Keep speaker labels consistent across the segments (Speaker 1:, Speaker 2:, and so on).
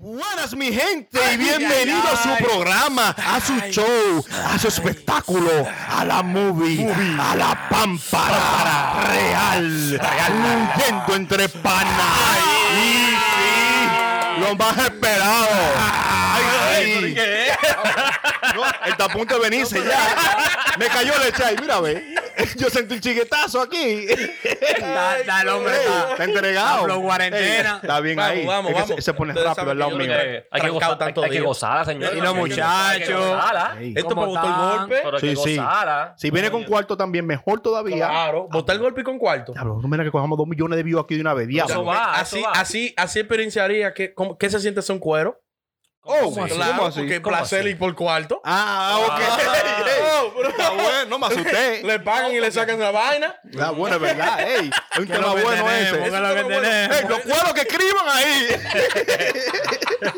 Speaker 1: Buenas, mi gente, y bienvenido a su programa, a su show, a su espectáculo, a la movie, a la pámpara real, huyendo entre panas. Y sí, lo más esperado. Ay, sí. No, está a punto de venirse ya. Me cayó el echai, mira, ve. Yo sentí un chiquetazo aquí.
Speaker 2: Está, está el hombre.
Speaker 1: Ey,
Speaker 2: Está,
Speaker 1: Ah, está entregado.
Speaker 2: Hablo cuarentena.
Speaker 1: Está bien
Speaker 3: Vamos,
Speaker 1: ahí.
Speaker 3: vamos,
Speaker 1: Es que se-
Speaker 3: vamos.
Speaker 1: Se, pone
Speaker 3: Ustedes
Speaker 1: rápido al
Speaker 3: saben
Speaker 1: lado
Speaker 3: que yo
Speaker 1: mío.
Speaker 3: le-
Speaker 4: Hay que
Speaker 3: Trancado
Speaker 4: gozar,
Speaker 3: tanto
Speaker 4: hay que
Speaker 3: día.
Speaker 4: gozar, señor.
Speaker 2: Y los muchachos.
Speaker 3: Esto
Speaker 2: ¿Cómo
Speaker 3: para botar el
Speaker 2: están?
Speaker 3: golpe.
Speaker 4: ¿ah? Pero hay
Speaker 1: Sí,
Speaker 4: que
Speaker 1: sí.
Speaker 4: gozar. ¿ah?
Speaker 1: Si viene con cuarto también, mejor todavía.
Speaker 3: Claro, botar el golpe y con cuarto.
Speaker 1: Diablo, no mira que cojamos dos millones de views aquí de una vez.
Speaker 4: Eso
Speaker 1: Diablo.
Speaker 4: va, eso
Speaker 3: así,
Speaker 4: va.
Speaker 3: así, así experienciaría que, cómo- ¿qué se siente ser un cuero.
Speaker 1: Oh,
Speaker 4: ¿Cómo así?
Speaker 3: Claro,
Speaker 1: ¿cómo así?
Speaker 3: porque
Speaker 4: ¿Cómo
Speaker 3: placer
Speaker 4: así?
Speaker 3: y por cuarto.
Speaker 1: Ah, ok.
Speaker 3: Oh, bro.
Speaker 1: Está bueno, no me asusté.
Speaker 3: Le pagan y le sacan la vaina.
Speaker 1: Está Ah, bueno, es verdad. Ey, es un
Speaker 2: Que lo
Speaker 1: tema bueno
Speaker 2: venderemos,
Speaker 1: ese.
Speaker 2: que lo
Speaker 3: Eso está
Speaker 2: venderemos.
Speaker 1: Ey, los cuadros que escriban ahí.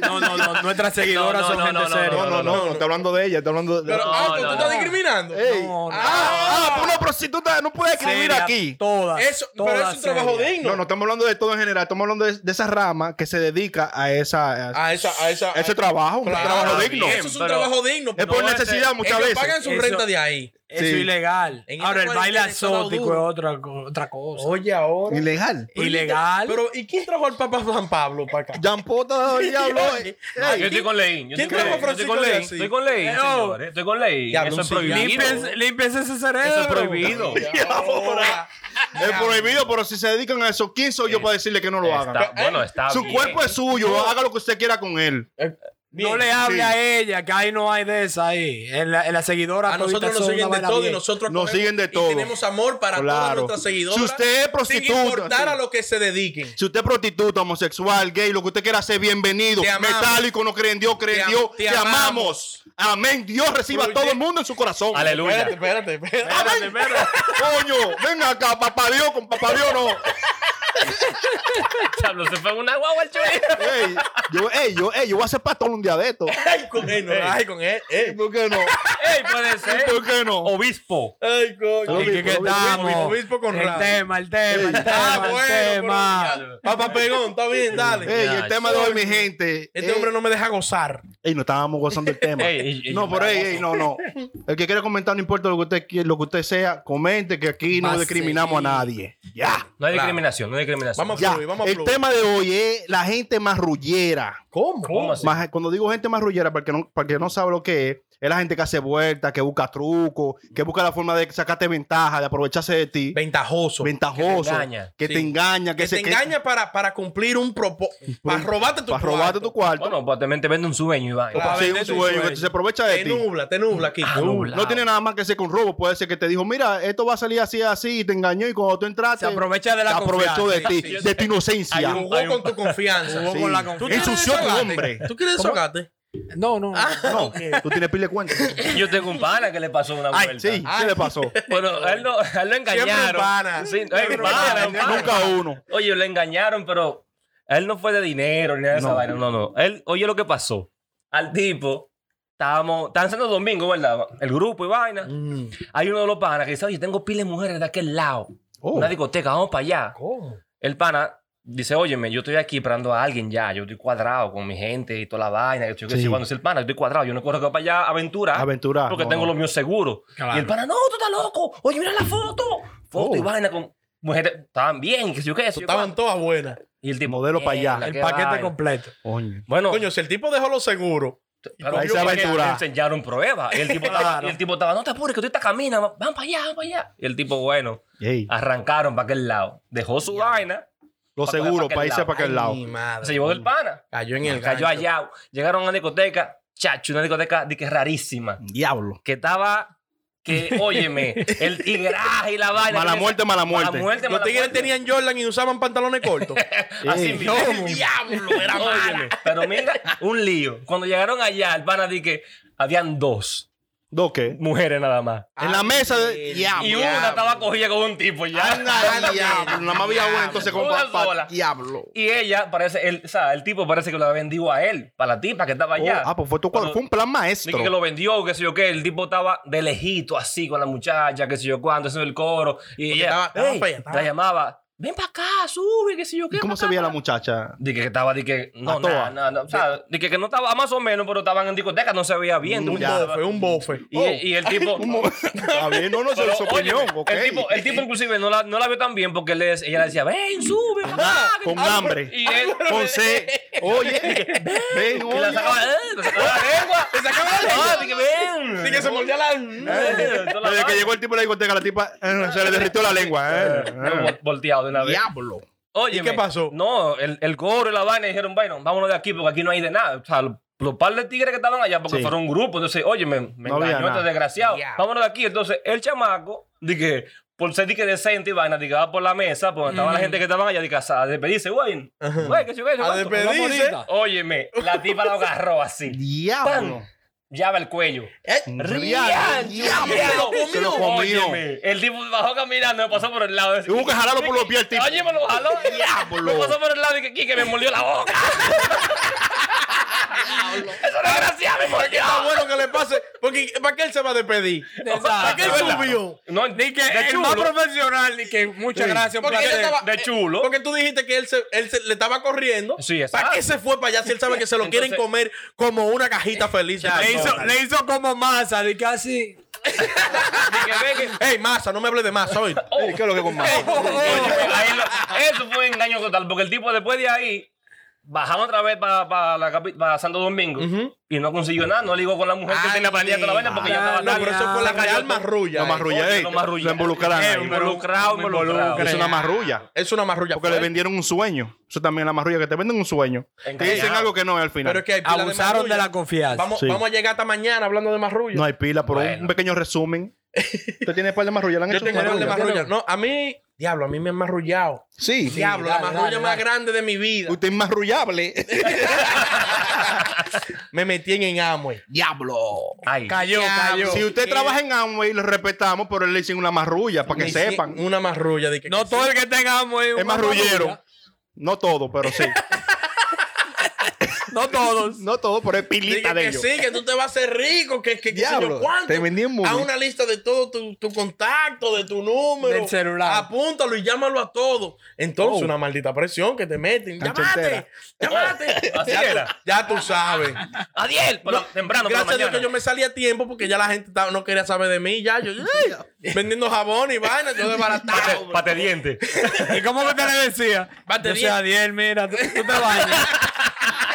Speaker 2: No, no, no. Nuestras seguidoras
Speaker 4: No, no,
Speaker 2: son
Speaker 4: no,
Speaker 2: gente
Speaker 4: no, no,
Speaker 2: seria.
Speaker 1: No, no, no, no, está hablando de ella, está hablando de.
Speaker 3: Pero, ah,
Speaker 4: no,
Speaker 3: ¿tú
Speaker 4: no,
Speaker 3: estás
Speaker 4: no.
Speaker 3: discriminando?
Speaker 1: Ey.
Speaker 2: No, no.
Speaker 1: ah, ah, una prostituta no puede escribir
Speaker 2: Seria,
Speaker 1: aquí.
Speaker 2: Todas.
Speaker 3: Eso, pero
Speaker 2: todas
Speaker 3: es un trabajo
Speaker 2: serias.
Speaker 3: digno.
Speaker 1: No, no estamos hablando de todo en general, estamos hablando de, de esa rama que se dedica a esa. a-
Speaker 3: A esa, a esa.
Speaker 1: ese
Speaker 3: a-
Speaker 1: trabajo, un
Speaker 3: Ah, eh, Claro,
Speaker 1: trabajo
Speaker 4: bien,
Speaker 1: digno.
Speaker 3: Eso es un
Speaker 4: pero-
Speaker 3: trabajo digno.
Speaker 1: es por
Speaker 3: No,
Speaker 1: necesidad muchas
Speaker 3: ellos
Speaker 1: veces.
Speaker 3: pagan su
Speaker 2: Eso-
Speaker 3: renta de ahí.
Speaker 2: Eso
Speaker 1: Sí.
Speaker 2: es ilegal.
Speaker 3: En
Speaker 2: Ahora, el
Speaker 3: esta
Speaker 2: baile
Speaker 3: cuarentena eso es lo
Speaker 2: exótico es
Speaker 3: duro.
Speaker 2: otra, co- otra cosa.
Speaker 3: Oye, ahora.
Speaker 1: Ilegal.
Speaker 2: ilegal.
Speaker 3: Pero, ¿y quién trajo al Papa San Pablo para acá?
Speaker 1: Jampota, diablo. eh. ey.
Speaker 4: Ah, Yo estoy con Leín. Yo
Speaker 3: ¿Quién
Speaker 4: estoy
Speaker 3: trajo a
Speaker 4: con Leín, yo estoy
Speaker 3: Francisco
Speaker 4: con
Speaker 3: de
Speaker 4: Leín.
Speaker 3: Asís?
Speaker 4: Estoy con Leín,
Speaker 2: Pero-
Speaker 4: señores. Estoy con Leín.
Speaker 3: Diablo,
Speaker 4: Eso
Speaker 3: un
Speaker 4: es
Speaker 3: cigarro.
Speaker 4: prohibido.
Speaker 2: Límpiense, límpiense ese cerebro.
Speaker 4: Eso es prohibido.
Speaker 3: Ahora.
Speaker 1: Es prohibido, pero si se dedican a eso, ¿quién soy yo para decirle que no lo hagan?
Speaker 4: Está- Bueno, está
Speaker 1: Su
Speaker 4: bien.
Speaker 1: cuerpo es suyo, haga lo que usted quiera con él.
Speaker 3: Bien.
Speaker 2: No le hable
Speaker 1: Sí.
Speaker 2: a ella, que ahí no hay de esa ahí. En la, en la seguidora
Speaker 3: A nosotros nos siguen de todo y nosotros
Speaker 1: Nos
Speaker 3: cogemos-
Speaker 1: siguen de
Speaker 3: y
Speaker 1: todo.
Speaker 3: tenemos amor para todas
Speaker 1: Claro.
Speaker 3: nuestras seguidoras.
Speaker 1: Si usted es
Speaker 3: Sin
Speaker 1: prostituta,
Speaker 3: importar
Speaker 1: sí.
Speaker 3: a lo que se dediquen.
Speaker 1: Si usted es prostituta, homosexual, gay, lo que usted quiera hacer, bienvenido.
Speaker 3: Te amamos.
Speaker 1: Metálico, no cree en Dios, cree
Speaker 3: Te
Speaker 1: en
Speaker 3: am-
Speaker 1: Dios.
Speaker 3: te
Speaker 1: Te amamos. Amén. Dios reciba a
Speaker 3: Fluye.
Speaker 1: todo el mundo en su corazón.
Speaker 4: Aleluya.
Speaker 3: espérate, espérate.
Speaker 1: Amén. Coño, ven acá, papá Dios, con papá Dios no.
Speaker 4: Diablo, se fue en una guagua el chorizo.
Speaker 1: Ey, yo, ey, yo, ey, yo voy a hacer patón un día de esto.
Speaker 3: Ay, con él, no, ay, con él. eh.
Speaker 1: ¿Por qué no?
Speaker 4: Ey, puede ser.
Speaker 1: ¿Por qué no?
Speaker 3: Oh
Speaker 4: Obispo.
Speaker 3: Ay,
Speaker 1: Lo
Speaker 3: coño.
Speaker 1: vi,
Speaker 2: ¿Qué,
Speaker 1: lo vi,
Speaker 2: estamos?
Speaker 3: lo vi, obispo con
Speaker 2: el
Speaker 3: rabo.
Speaker 2: tema, el tema, el
Speaker 3: Ah,
Speaker 2: tema, el tema.
Speaker 3: bueno. Papá Pegón, está bien, dale.
Speaker 1: Ey, el tema de hoy, mi gente.
Speaker 3: Este
Speaker 1: ey,
Speaker 3: hombre no me deja gozar.
Speaker 1: Ey, no estábamos gozando el tema.
Speaker 4: Ey, ey, ey,
Speaker 1: no, por ahí, ey, no, no. El que quiera comentar, no importa lo que usted qui- lo que usted sea, comente que aquí
Speaker 2: Va
Speaker 1: no
Speaker 2: a
Speaker 1: discriminamos a
Speaker 2: seguir.
Speaker 1: nadie. Ya.
Speaker 4: No hay discriminación, no hay discriminación.
Speaker 3: Vamos
Speaker 1: Ya.
Speaker 3: fluir, vamos a
Speaker 1: el
Speaker 3: fluir.
Speaker 1: tema de hoy es la gente marrullera.
Speaker 3: ¿Cómo?
Speaker 4: ¿Cómo así?
Speaker 1: Más- cuando digo gente marrullera, para el que no, para el que no sabe lo que es, es la gente que hace vueltas, que busca trucos, que busca la forma de sacarte ventaja, de aprovecharse de ti.
Speaker 3: Ventajoso.
Speaker 1: ventajoso.
Speaker 4: Que te engaña.
Speaker 1: Que te
Speaker 3: Sí.
Speaker 1: engaña. Que,
Speaker 3: que
Speaker 1: se-
Speaker 3: te engaña para, para cumplir un propósito. Para robarte tu
Speaker 1: Para robarte tu cuarto.
Speaker 4: Bueno, pues también te vende un sueño y va.
Speaker 1: o para
Speaker 3: Claro,
Speaker 1: hacer un
Speaker 3: vende tu
Speaker 1: sueño,
Speaker 3: sueño.
Speaker 1: que se aprovecha de
Speaker 3: Te
Speaker 1: ti.
Speaker 3: nubla, te nubla aquí.
Speaker 4: Ah, nubla.
Speaker 1: No tiene nada más que hacer con robo. Puede ser que te dijo, mira, esto va a salir así, así, y te engañó, y cuando tú entraste,
Speaker 2: Se aprovecha de la
Speaker 1: se aprovechó de
Speaker 2: confianza.
Speaker 1: ti,
Speaker 4: Sí, sí.
Speaker 1: de tu inocencia.
Speaker 3: Jugó con tu confianza.
Speaker 2: Jugó
Speaker 1: Sí.
Speaker 2: con la
Speaker 3: ¿Tú
Speaker 2: confianza.
Speaker 3: quieres
Speaker 1: Ensució tu
Speaker 3: desahogarte?
Speaker 1: nombre.
Speaker 3: ¿Tú quieres desahogarte?
Speaker 2: No, no.
Speaker 1: No, tú tienes pile de cuenta.
Speaker 4: Yo tengo un pana que le pasó una
Speaker 1: Ay,
Speaker 4: vuelta.
Speaker 1: sí, ¿qué le pasó?
Speaker 4: Bueno, a él lo, a él lo engañaron.
Speaker 2: Siempre un pana.
Speaker 4: Sí, ah, no,
Speaker 2: Siempre
Speaker 4: es
Speaker 2: un
Speaker 4: pana,
Speaker 2: pana,
Speaker 4: es pana.
Speaker 1: Ah, Nunca uno.
Speaker 4: Oye, lo engañaron, pero a él no fue de dinero ni nada de esa
Speaker 1: No.
Speaker 4: vaina. No, no. Él, oye lo que pasó. Al tipo, estábamos, estaban Santo Domingo, ¿verdad? El grupo y vaina.
Speaker 1: Mm.
Speaker 4: Hay uno de los panas que dice, oye, tengo piles de mujeres de aquel lado.
Speaker 1: Oh.
Speaker 4: Una discoteca, vamos para allá.
Speaker 3: ¿Cómo?
Speaker 4: El pana dice, óyeme, yo estoy aquí esperando a alguien ya. Yo estoy cuadrado con mi gente y toda la vaina. que Yo qué
Speaker 1: Sí.
Speaker 4: sé, cuando dice el pana, yo estoy cuadrado. Yo no corro para allá a aventura.
Speaker 1: Aventura.
Speaker 4: Porque
Speaker 1: Ah, no,
Speaker 4: tengo
Speaker 1: no.
Speaker 4: lo mío seguro.
Speaker 2: Claro.
Speaker 4: Y el pana, no, tú estás loco. Oye, mira la foto. Foto y
Speaker 1: Oh.
Speaker 4: vaina con mujeres. Estaban bien, que sé yo qué. qué sé yo
Speaker 3: Estaban
Speaker 4: cuánto.
Speaker 3: todas buenas.
Speaker 4: Y el tipo,
Speaker 1: Modelo pa' allá.
Speaker 4: "Mierda,
Speaker 2: el
Speaker 4: qué
Speaker 2: paquete
Speaker 4: vaina".
Speaker 2: completo.
Speaker 1: Coño.
Speaker 4: Bueno,
Speaker 3: Coño, si el tipo dejó lo seguro.
Speaker 4: pero
Speaker 1: ahí se
Speaker 4: es que
Speaker 1: aventura.
Speaker 4: le enseñaron pruebas. Y el tipo estaba,
Speaker 2: Claro.
Speaker 4: y el tipo estaba, no te apures, que tú estás camina. Van para allá, van para allá. Y el tipo, bueno,
Speaker 1: Ey,
Speaker 4: arrancaron para aquel lado. Dejó su vaina.
Speaker 1: Lo
Speaker 4: Ah, pa'
Speaker 1: seguro,
Speaker 4: aquel
Speaker 1: para irse
Speaker 4: lado.
Speaker 1: para aquel
Speaker 3: Ay,
Speaker 1: lado.
Speaker 3: mi madre.
Speaker 4: Se llevó del pana.
Speaker 3: Cayó en el
Speaker 4: Cayó
Speaker 3: gancho.
Speaker 4: allá. Llegaron a una discoteca. Chacho, una discoteca de que rarísima.
Speaker 1: Diablo.
Speaker 4: Que estaba... Que, óyeme, el tigraje y la vaina.
Speaker 1: Mala
Speaker 4: que-
Speaker 1: muerte, mala muerte.
Speaker 4: Mala muerte,
Speaker 3: Los
Speaker 4: mala
Speaker 3: tigres
Speaker 4: muerte.
Speaker 3: tenían Jordan y usaban pantalones cortos.
Speaker 1: Ey.
Speaker 4: Así mismo.
Speaker 3: ¿Cómo?
Speaker 4: diablo, era mala. Pero mira, un lío. Cuando llegaron allá, el pana di que habían dos
Speaker 1: ¿Do qué?
Speaker 4: mujeres nada más.
Speaker 1: En la mesa de.
Speaker 3: el
Speaker 1: Diablo.
Speaker 4: Y una estaba cogida con un tipo ya.
Speaker 1: Ah, diablo. Nada más había una, entonces con
Speaker 4: Una
Speaker 1: pa-
Speaker 4: sola.
Speaker 1: Diablo.
Speaker 4: Y ella parece, el, o sea, el tipo parece que lo vendió a él, para la tipa que estaba allá.
Speaker 1: Oh, ah, pues fue tu cuadro.
Speaker 4: Cuando-
Speaker 1: Fue un plan
Speaker 4: Dije
Speaker 1: maestro.
Speaker 4: que lo vendió, qué sé yo qué. El tipo estaba de lejito así con la muchacha, qué sé yo cuándo, haciendo el coro. Y ella
Speaker 3: estaba- estaba
Speaker 4: "Ey",
Speaker 3: fea, estaba-
Speaker 4: la llamaba. Ven para acá, sube, qué sé yo qué.
Speaker 1: ¿Cómo
Speaker 4: pa'
Speaker 1: se
Speaker 4: acá,
Speaker 1: veía
Speaker 4: pa'
Speaker 1: la muchacha?
Speaker 4: Dije que estaba, dije, no,
Speaker 1: toa.
Speaker 4: nada, nada. O sea, dije que no estaba más o menos, pero estaban en discoteca, no se veía bien. tú
Speaker 3: Un
Speaker 4: me entiendes?
Speaker 3: bofe, un bofe.
Speaker 4: Y, y el tipo.
Speaker 1: oh, Un mo- Está bien, no, no, eso
Speaker 4: pero,
Speaker 1: es su
Speaker 4: óyeme,
Speaker 1: opinión. ok.
Speaker 4: el, tipo, el tipo inclusive no la, no la vio tan bien porque él le- ella le decía, ven, sube,
Speaker 1: Ah,
Speaker 4: papá. que-
Speaker 1: con
Speaker 4: ah,
Speaker 1: hambre.
Speaker 4: Y él,
Speaker 1: Con sed. Oye, ven,
Speaker 4: y la
Speaker 1: oye.
Speaker 4: sacaba, eh, la sacaba la lengua.
Speaker 3: Se sacaba la
Speaker 4: Ah,
Speaker 3: lengua.
Speaker 4: dije, ven.
Speaker 3: Dije, se mordía la.
Speaker 4: Eh, toda la
Speaker 1: Desde que
Speaker 4: vaina.
Speaker 1: llegó el tipo de la discoteca, la tipa eh, se le derritió la lengua. eh,
Speaker 4: No,
Speaker 1: eh.
Speaker 4: vol- volteado de una vez.
Speaker 1: Diablo.
Speaker 4: Oye,
Speaker 3: ¿Y qué pasó?
Speaker 4: No, el, el coro y la vaina dijeron, bueno, vámonos de aquí porque aquí no hay de nada. O sea, los, los par de tigres que estaban allá porque
Speaker 1: Sí.
Speaker 4: fueron un grupo. Entonces, oye, me, me
Speaker 1: No había
Speaker 4: engañó
Speaker 1: nada.
Speaker 4: este desgraciado.
Speaker 2: Diablo.
Speaker 4: Vámonos de aquí. Entonces, el chamaco, dije, por ser dije decente y vaina, dije, va por la mesa, porque estaba la gente que estaban allá, dije, a despedirse, güey. Güey, qué sé yo, qué sé yo,
Speaker 3: A
Speaker 4: cuánto.
Speaker 3: despedirse.
Speaker 2: bonita.
Speaker 4: Óyeme, la tipa lo agarró así.
Speaker 1: Diablo.
Speaker 4: Pan. Llava el cuello.
Speaker 3: Eh,
Speaker 1: Diablo.
Speaker 4: ¡Diablo!
Speaker 1: Se lo comió.
Speaker 4: Óyeme, el tipo bajó caminando, me pasó por el lado.
Speaker 1: Tuvo que jalarlo por los pies el tipo.
Speaker 4: Oye, me lo jaló.
Speaker 1: Diablo.
Speaker 4: Me pasó por el lado y que Kike me mordió la boca. Eso no es gracia, me mordió.
Speaker 3: Está bueno que le pase. Porque ¿para qué él se va a despedir?
Speaker 4: Ah,
Speaker 3: ¿Para qué él subió?
Speaker 4: No, ni que
Speaker 2: El
Speaker 4: de
Speaker 2: más
Speaker 4: chulo.
Speaker 2: profesional, ni que muchas
Speaker 1: Sí.
Speaker 2: gracias, un
Speaker 3: Porque ella
Speaker 2: placer.
Speaker 3: estaba-
Speaker 4: De chulo.
Speaker 3: Porque tú dijiste que él se, él se- le estaba corriendo.
Speaker 4: Sí,
Speaker 3: ¿Para
Speaker 4: exacto.
Speaker 3: qué se fue para allá si él sabe que se lo quieren
Speaker 4: Entonces-
Speaker 3: comer como una cajita feliz? de
Speaker 2: Le hizo,
Speaker 3: McDonald's?
Speaker 2: le hizo como masa, de casi.
Speaker 4: Ni que ve que-
Speaker 3: Ey, masa, no me hables de masa hoy.
Speaker 4: Oh.
Speaker 1: Ey, ¿Qué es lo que con más?
Speaker 4: Oye, pues, ahí lo- eso fue un engaño total, porque el tipo después de ahí bajaron otra vez para Santo Domingo y no consiguió nada, no ligó con la mujer que
Speaker 2: Ay,
Speaker 4: tenía planeada toda la vaina porque ya
Speaker 2: claro,
Speaker 4: estaba
Speaker 3: Ah, No, pero eso fue la
Speaker 4: Saca yo
Speaker 3: real
Speaker 4: todo.
Speaker 3: marrulla.
Speaker 1: Lo
Speaker 3: eh.
Speaker 1: marrulla,
Speaker 4: Oye,
Speaker 1: ey.
Speaker 4: lo marrulla.
Speaker 1: Lo involucraron
Speaker 2: Eh,
Speaker 1: ahí.
Speaker 4: Involucrado,
Speaker 2: Me
Speaker 4: involucrado.
Speaker 1: Es una marrulla.
Speaker 3: Es una marrulla.
Speaker 1: Porque le
Speaker 3: fuerte.
Speaker 1: vendieron un sueño. Eso también es la marrulla, que te venden un sueño. Te
Speaker 4: Engañado.
Speaker 1: dicen algo que no es al final.
Speaker 3: Pero es que hay pila
Speaker 2: Abusaron de, la
Speaker 3: marrulla.
Speaker 2: confianza.
Speaker 3: Vamos,
Speaker 1: Sí.
Speaker 3: vamos a llegar hasta mañana hablando de marrulla.
Speaker 1: No hay pila, pero
Speaker 4: Bueno.
Speaker 1: un pequeño resumen. ¿Usted tiene par de marrullas? ¿Le han
Speaker 3: Yo
Speaker 1: hecho
Speaker 3: tengo el de
Speaker 1: marrulla?
Speaker 3: marrulla. No, a mí, diablo, a mí me han marrullado.
Speaker 1: Sí.
Speaker 3: Diablo,
Speaker 2: dale,
Speaker 3: la
Speaker 2: dale,
Speaker 3: marrulla
Speaker 2: dale.
Speaker 3: más grande de mi vida.
Speaker 1: Usted es marrullable.
Speaker 3: Me metí en Amway.
Speaker 1: Diablo.
Speaker 4: Ay,
Speaker 2: Cayó, cayó.
Speaker 1: Si usted trabaja en Amway, lo respetamos, pero le dicen una marrulla para que
Speaker 3: Ni-
Speaker 1: sepan.
Speaker 3: ni- Una marrulla. de que-
Speaker 2: No
Speaker 3: que
Speaker 2: todo
Speaker 3: sí.
Speaker 2: el que tengamos es un
Speaker 1: Es marrullero. No todo, pero sí.
Speaker 2: No todos.
Speaker 1: No todo, pero es
Speaker 3: Dije
Speaker 1: pilita
Speaker 3: que
Speaker 1: de ellos.
Speaker 3: sí, que tú te vas a hacer rico, que, que, que sé
Speaker 1: Diablo,
Speaker 3: yo cuánto.
Speaker 1: te vendí en movie.
Speaker 3: A una lista de todo tu, tu contacto, de tu número.
Speaker 2: Del celular.
Speaker 3: Apúntalo y llámalo a todos. Entonces,
Speaker 1: Oh.
Speaker 3: una maldita presión que te meten.
Speaker 1: Cancha
Speaker 3: ¡Llámate!
Speaker 1: entera.
Speaker 3: ¡Llámate!
Speaker 4: así
Speaker 3: ya,
Speaker 4: era.
Speaker 3: tú- ya tú sabes.
Speaker 4: Adiel, por la- temprano
Speaker 3: Gracias
Speaker 4: por
Speaker 3: a
Speaker 4: la
Speaker 3: Dios que
Speaker 4: mañana.
Speaker 3: yo me salí a tiempo porque ya la gente estaba- no quería saber de mí. Ya yo, ¡Ey! vendiendo jabón y vaina, yo desbaratado. bro.
Speaker 4: Pate diente.
Speaker 2: ¿Y cómo que te le decía?
Speaker 3: Bate
Speaker 2: Yo soy
Speaker 3: bien.
Speaker 2: Adiel, mira, tú, tú te bañas.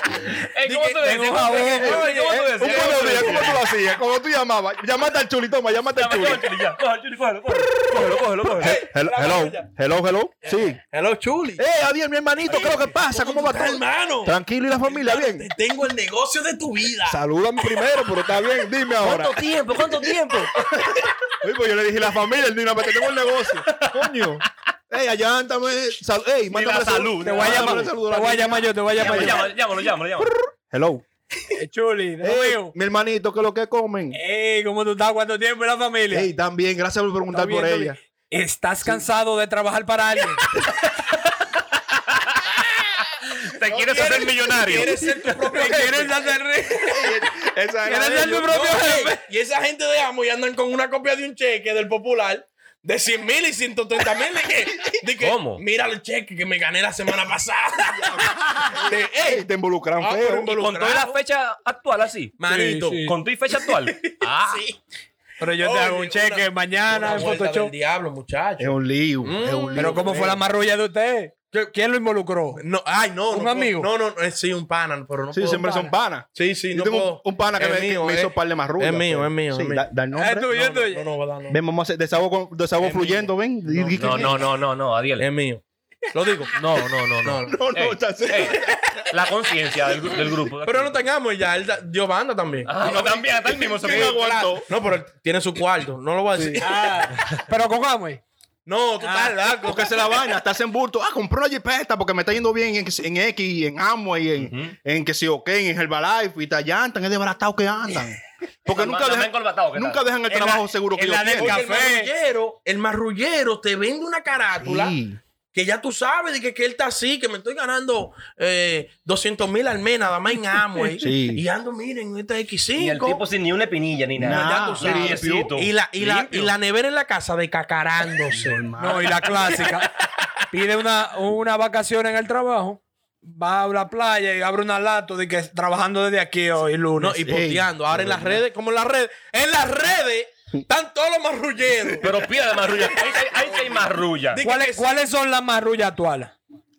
Speaker 4: Ey, Eh, ¿Cómo tú
Speaker 2: Dije,
Speaker 4: decías?
Speaker 2: tengo jabón.
Speaker 4: Oye, ¿Cómo tú
Speaker 1: Un
Speaker 4: decías?
Speaker 1: buenos días, ¿cómo tú lo hacías? Cuando tú llamabas, llamaste al chuli, toma, llámate al chuli.
Speaker 4: Cógelo, Chuli, ya. Cógelo, Chuli, cógelo, cógelo. Cógelo, cógelo, cógelo.
Speaker 2: Eh,
Speaker 1: Hello, hello, hello, hello. Sí.
Speaker 3: Hello, Chuli.
Speaker 1: Eh, Adiel, mi hermanito, ¿qué es lo que pasa? ¿Cómo va
Speaker 3: estás,
Speaker 1: todo?
Speaker 3: hermano?
Speaker 1: Tranquilo y la familia, bien.
Speaker 3: Tengo el negocio de tu vida.
Speaker 1: Salúdame primero, pero está bien, dime ahora.
Speaker 4: ¿Cuánto tiempo? ¿Cuánto tiempo?
Speaker 1: Oye, pues yo le dije la familia, el dinero, que tengo el negocio. Coño. Ey, allántame. sal- ey, mándame
Speaker 4: la salud,
Speaker 1: saludo.
Speaker 4: ni
Speaker 2: Te voy a
Speaker 1: Mándame
Speaker 2: llamar.
Speaker 1: el
Speaker 2: Te
Speaker 1: saludo a la
Speaker 2: voy a
Speaker 1: niña.
Speaker 2: llamar yo, te voy a llamar yo.
Speaker 4: Llámalo, llámalo, llámalo, llámalo.
Speaker 1: Hello.
Speaker 2: Eh, Chuli,
Speaker 1: Ey,
Speaker 2: amigo.
Speaker 1: mi hermanito, ¿qué es lo que comen?
Speaker 2: Ey, ¿cómo tú estás? ¿Cuánto tiempo en la familia?
Speaker 1: Ey, también, gracias por
Speaker 2: ¿Está
Speaker 1: preguntar
Speaker 2: bien,
Speaker 1: por
Speaker 2: está
Speaker 1: ella.
Speaker 2: bien? ¿Estás cansado de trabajar para alguien?
Speaker 4: Te quieres hacer millonario.
Speaker 3: Quieres ser tu propio
Speaker 2: ¿Te
Speaker 3: jefe.
Speaker 2: quieres hacer rico?
Speaker 1: Esa
Speaker 2: ¿Quieres ser tu
Speaker 1: yo.
Speaker 2: propio
Speaker 3: No,
Speaker 2: jefe?
Speaker 3: ey, y esa gente de Amo y andan con una copia de un cheque del Popular de 100 mil y 130 mil.
Speaker 4: ¿Cómo?
Speaker 3: Mira el cheque que me gané la semana pasada. De,
Speaker 1: Ey,
Speaker 3: ey,
Speaker 1: te involucraron
Speaker 3: ah, pero
Speaker 1: feo.
Speaker 4: Con toda la
Speaker 3: involucrado.
Speaker 4: fecha actual así.
Speaker 3: Manito.
Speaker 2: Sí, sí.
Speaker 4: Con tu y fecha actual. Ah,
Speaker 3: Sí.
Speaker 2: Pero yo te
Speaker 3: Oye,
Speaker 2: hago un
Speaker 3: una-
Speaker 2: cheque mañana
Speaker 3: Una
Speaker 2: en
Speaker 3: vuelta del
Speaker 2: Photoshop.
Speaker 3: diablo,
Speaker 1: Es
Speaker 3: muchacho.
Speaker 1: un lío, es un lío.
Speaker 2: Pero ¿cómo fue la marrulla de usted? ¿Qui- ¿Quién lo involucró?
Speaker 3: Eh, No, ay, no.
Speaker 2: ¿Un
Speaker 3: no
Speaker 2: amigo?
Speaker 3: puedo- No, no, no, eh, sí, un pana, pero no
Speaker 1: Sí,
Speaker 3: puedo
Speaker 1: siempre
Speaker 3: pana.
Speaker 1: son panas.
Speaker 3: Sí, sí,
Speaker 1: Yo
Speaker 3: no
Speaker 1: tengo un-
Speaker 3: puedo.
Speaker 1: un pana que
Speaker 3: Es
Speaker 1: me- que
Speaker 3: mío,
Speaker 1: me hizo
Speaker 3: eh.
Speaker 1: par de marrullas,
Speaker 3: Es mío,
Speaker 1: pero-
Speaker 3: es mío.
Speaker 1: Sí,
Speaker 3: es mío. Ah,
Speaker 1: da- da el nombre.
Speaker 2: Es Ah, tuyo, es
Speaker 3: No, no,
Speaker 2: tuyo.
Speaker 3: no, no, va a dar nombre.
Speaker 1: Ven, vamos a hacer desahogo, con- desahogo
Speaker 3: Es
Speaker 1: fluyendo, ven.
Speaker 4: No, no, no, no, no, Adiel.
Speaker 3: Es mío. Lo digo.
Speaker 4: No, no, no, no.
Speaker 1: No, no,
Speaker 4: Ey,
Speaker 1: está
Speaker 4: ey, La conciencia del, gru- del grupo.
Speaker 3: Pero no tengamos ya, él da- dio banda también.
Speaker 4: Ah, no, también, hasta el mismo se
Speaker 3: Que
Speaker 4: puede.
Speaker 3: no, volado. No, pero él tiene su cuarto, no lo voy a decir. Ah,
Speaker 2: Ah. Pero con Amway.
Speaker 3: No, tú estás loco.
Speaker 1: Porque se la vaina, estás en bulto. Ah, compré una jipeta porque me está yendo bien en, en X, en Amway, en, en que si ok, en Herbalife, y tallantan, es desbaratado que andan. Porque
Speaker 4: Anda-
Speaker 1: nunca
Speaker 4: anda
Speaker 1: dejan,
Speaker 4: encorbatado, ¿qué tal?
Speaker 1: nunca dejan el
Speaker 2: En la-
Speaker 1: trabajo seguro que
Speaker 2: en
Speaker 1: ellos
Speaker 2: la de
Speaker 1: tienen.
Speaker 3: Porque
Speaker 2: café.
Speaker 3: el marrullero, el marrullero te vende una carátula
Speaker 1: Sí.
Speaker 3: que ya tú sabes de que, que él está así, que me estoy ganando eh, 200 mil al mes nada más en Amway.
Speaker 1: Sí.
Speaker 3: Y ando, miren, este X5.
Speaker 4: Y el tipo sin ni una espinilla ni nada.
Speaker 1: Nah,
Speaker 4: Limpiecito.
Speaker 3: Y la, y, la, y
Speaker 4: Limpio.
Speaker 3: la nevera en la casa de cacarándose.
Speaker 2: No, y la clásica. pide una, una vacación en el trabajo, va a la playa y abre una lato de que trabajando desde aquí hoy lunes.
Speaker 3: No, y posteando. Ahora en las redes, como en las redes. En las redes están todos los marrulleros.
Speaker 4: Pero pida de marrulla. Ahí, ahí- ahí sí hay marrulla.
Speaker 3: Di-
Speaker 2: ¿Cuáles, cuáles son las marrullas actuales?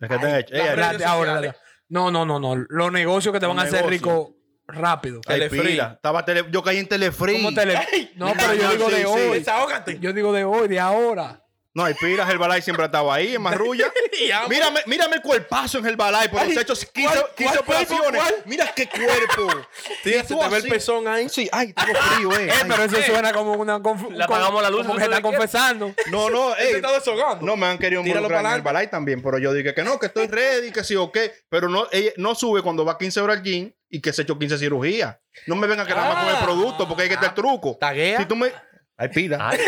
Speaker 1: Es que te han hecho.
Speaker 3: la
Speaker 1: Ey,
Speaker 2: Las
Speaker 1: ahí-
Speaker 3: redes
Speaker 2: de ahora.
Speaker 3: sociales.
Speaker 2: las de- No, no, no, no. Los negocios que te
Speaker 1: Los
Speaker 2: van a hacer
Speaker 1: negocios.
Speaker 2: rico rápido.
Speaker 1: ahí
Speaker 3: Telefree.
Speaker 1: pila. Estaba tele- yo caí en Telefree.
Speaker 2: ¿Cómo te le-
Speaker 3: Ey,
Speaker 2: No, pero yo digo
Speaker 1: sí,
Speaker 2: de
Speaker 1: sí.
Speaker 2: hoy.
Speaker 3: Desahógate.
Speaker 2: Yo digo de hoy, de ahora.
Speaker 1: No, el Piras, el Balay siempre ha estado ahí, en Marrulla.
Speaker 3: Y amo.
Speaker 1: mírame, mírame el cuerpazo en el Balay, porque se ha hecho 15,
Speaker 3: ¿cuál-
Speaker 1: 15
Speaker 3: cuál cuerpo,
Speaker 1: operaciones.
Speaker 3: cuál?
Speaker 1: Mira qué cuerpo.
Speaker 3: Sí,
Speaker 1: Y
Speaker 3: se
Speaker 1: tú
Speaker 3: te ve el
Speaker 1: así.
Speaker 3: pezón ahí.
Speaker 1: Sí, ay, tengo frío, eh.
Speaker 2: Eh,
Speaker 1: ay.
Speaker 2: pero eso suena como una conf-
Speaker 4: Le apagamos la luz,
Speaker 2: Como
Speaker 4: ¿no
Speaker 2: que
Speaker 4: sabe
Speaker 2: está
Speaker 4: qué?
Speaker 2: confesando.
Speaker 1: No, no, eh.
Speaker 3: Ese
Speaker 1: ey.
Speaker 3: está deshogando.
Speaker 1: No me han querido
Speaker 3: Tíralo
Speaker 1: involucrar en el
Speaker 3: pa'lante.
Speaker 1: Balay también, pero yo dije que no, que estoy ready, que sí o qué. Pero no, ella no sube cuando va 15 horas al gym y que se ha hecho 15 cirugías. No me vengan que nada más con el
Speaker 4: Ah.
Speaker 1: producto, porque hay que estar el truco.
Speaker 3: Taguea.
Speaker 1: Si tú me... Ay, pila.
Speaker 4: Ay.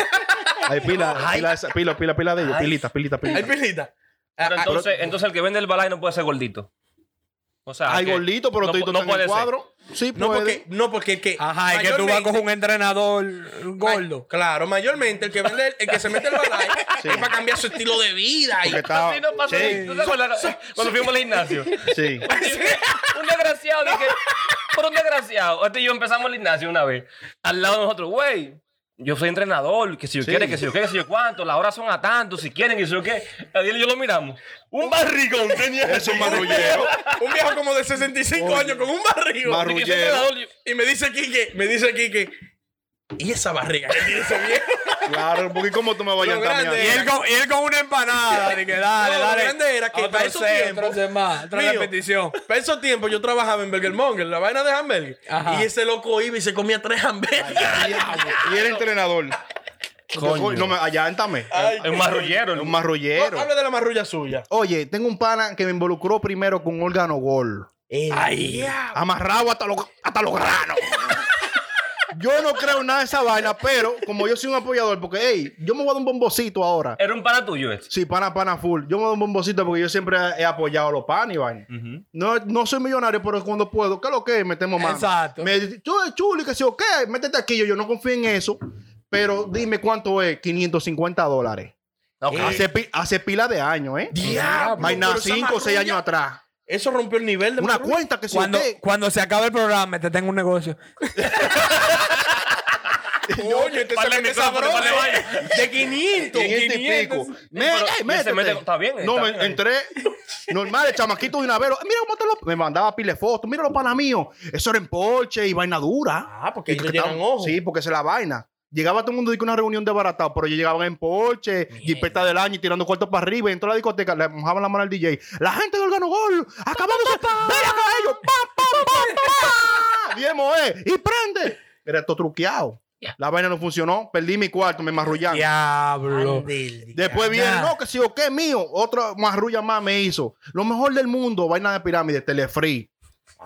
Speaker 1: Ay, pila, pila, esa- pila, pila, pila de ellos.
Speaker 4: Ay.
Speaker 1: Pilita, pilita,
Speaker 3: Hay
Speaker 1: pilita.
Speaker 3: pilita.
Speaker 4: Pero
Speaker 3: Ah, ah,
Speaker 4: entonces, entonces el que vende el balay no puede ser gordito. O sea,
Speaker 1: Ay,
Speaker 4: que-
Speaker 1: gordito, pero
Speaker 4: no,
Speaker 1: estoy
Speaker 4: no
Speaker 1: todo en
Speaker 4: puede
Speaker 1: el
Speaker 4: ser.
Speaker 1: cuadro. Sí,
Speaker 3: no,
Speaker 1: puede.
Speaker 3: porque, no, porque el que.
Speaker 2: Ajá, es que tú vas a
Speaker 3: mayormente-
Speaker 2: coger un entrenador gordo.
Speaker 3: Ma- Claro, mayormente el que vende, el que se mete el balay
Speaker 1: Sí.
Speaker 3: es para cambiar su estilo de vida. Y,
Speaker 1: Porque estaba-
Speaker 4: Así no pasa.
Speaker 1: Sí,
Speaker 4: ¿Tú te acuerdas cuando fuimos al gimnasio?
Speaker 1: sí.
Speaker 4: un desgraciado dije, por un desgraciado. Este y yo empezamos el gimnasio una vez. Al lado de nosotros, güey. Yo soy entrenador, que si yo
Speaker 1: Sí.
Speaker 4: quiere, que si yo quiere, que si yo cuánto, las horas son a tanto, si quieren, que si yo qué. Adiel y yo lo miramos. Un barrigón tenía.
Speaker 1: Es un marrullero.
Speaker 3: un viejo como de 65 años con un barrigo.
Speaker 1: Marru-
Speaker 4: Dije, "Soy
Speaker 1: marrullero".
Speaker 4: entrenador, yo-
Speaker 3: Y me dice Quique, me dice Quique, ¿y esa barriga que tiene ese viejo?
Speaker 1: Claro, porque ¿cómo tú me vas a
Speaker 3: Lo
Speaker 1: llantar,
Speaker 3: grande
Speaker 2: Y
Speaker 1: mi
Speaker 2: él,
Speaker 1: amor?
Speaker 2: con, y él con una empanada. de que dale,
Speaker 3: No, lo
Speaker 2: dale.
Speaker 3: grande era que
Speaker 2: Otro
Speaker 3: para esos
Speaker 2: set,
Speaker 3: tiempos-
Speaker 2: Otro set más, otra
Speaker 3: Mío.
Speaker 2: repetición.
Speaker 3: Para esos tiempos yo trabajaba en Burger Monger, la vaina de hamburgues.
Speaker 2: Ajá.
Speaker 3: Y ese loco iba y se comía tres hamburguesas.
Speaker 1: Y el entrenador.
Speaker 4: Coño.
Speaker 1: No, me, allántame.
Speaker 3: Ay,
Speaker 4: Es un marrullero.
Speaker 1: Es
Speaker 4: ¿no?
Speaker 1: un
Speaker 3: no,
Speaker 1: marrullero.
Speaker 3: Habla de la marrulla suya.
Speaker 1: Oye, tengo un pana que me involucró primero con órgano gol.
Speaker 3: Ay,
Speaker 1: Amarrado hasta los hasta los granos. Yo no creo en nada de esa vaina, pero como yo soy un apoyador, porque, hey, yo me voy a dar un bombocito ahora.
Speaker 4: Era un pana tuyo este.
Speaker 1: Sí, pana, pana, full. Yo me doy un bombocito porque yo siempre he apoyado a los pan y vaina. no, no soy millonario, pero cuando puedo, ¿qué es lo que es? Metemos mano.
Speaker 2: Exacto.
Speaker 1: Me dice, tú eres chulo y que sí, ok, métete aquí. Yo, yo no confío en eso, pero dime cuánto es 550 dólares.
Speaker 4: Ok.
Speaker 1: Hace, pi- hace pila de años, ¿eh?
Speaker 3: diablo.
Speaker 1: Vaina
Speaker 3: pero esa
Speaker 1: 5 o 6
Speaker 3: marrulla-
Speaker 1: años atrás.
Speaker 3: Eso rompió el nivel de
Speaker 1: Una
Speaker 3: marrulla.
Speaker 1: cuenta que sí,
Speaker 2: Cuando,
Speaker 1: ok.
Speaker 2: cuando se acabe el programa, te tengo un negocio.
Speaker 3: Coño, este se
Speaker 4: Vale,
Speaker 3: mete esa
Speaker 4: micrófono, vale,
Speaker 3: broma.
Speaker 4: vaya.
Speaker 3: De 500.
Speaker 1: 500 y este pico.
Speaker 3: 500.
Speaker 1: Me,
Speaker 4: Pero
Speaker 1: ey,
Speaker 4: ya se
Speaker 1: métete.
Speaker 4: mete- está bien, está
Speaker 1: No, me
Speaker 4: bien.
Speaker 1: entré. Normal, el chamaquito de una vez. Mira cómo te lo. Me mandaba pile fotos. Mira los panas míos. Eso era en Porsche y vaina dura.
Speaker 3: Ah, porque
Speaker 1: Y
Speaker 3: ellos
Speaker 1: que
Speaker 3: llegan
Speaker 1: estaban-
Speaker 3: ojos.
Speaker 1: Sí, porque esa es la vaina. Llegaba todo el mundo de que una reunión de baratado, pero ellos llegaban en Porsche, jipeta del año y tirando cuartos para arriba. Y en toda la discoteca le mojaban la mano al DJ. La gente del Gano Gol, acabándose. ¡Ven acá ellos! ¡Pam, pam, pam, pam! Bien, moe, ¡Y prende! Era todo truqueado.
Speaker 4: Ya.
Speaker 1: La vaina no funcionó. Perdí mi cuarto, me marrullaron.
Speaker 2: Diablo.
Speaker 1: Después viene,
Speaker 2: Ya.
Speaker 1: no, que sí o qué mío. Otra marrulla más me hizo. Lo mejor del mundo, vaina de pirámide, Telefree.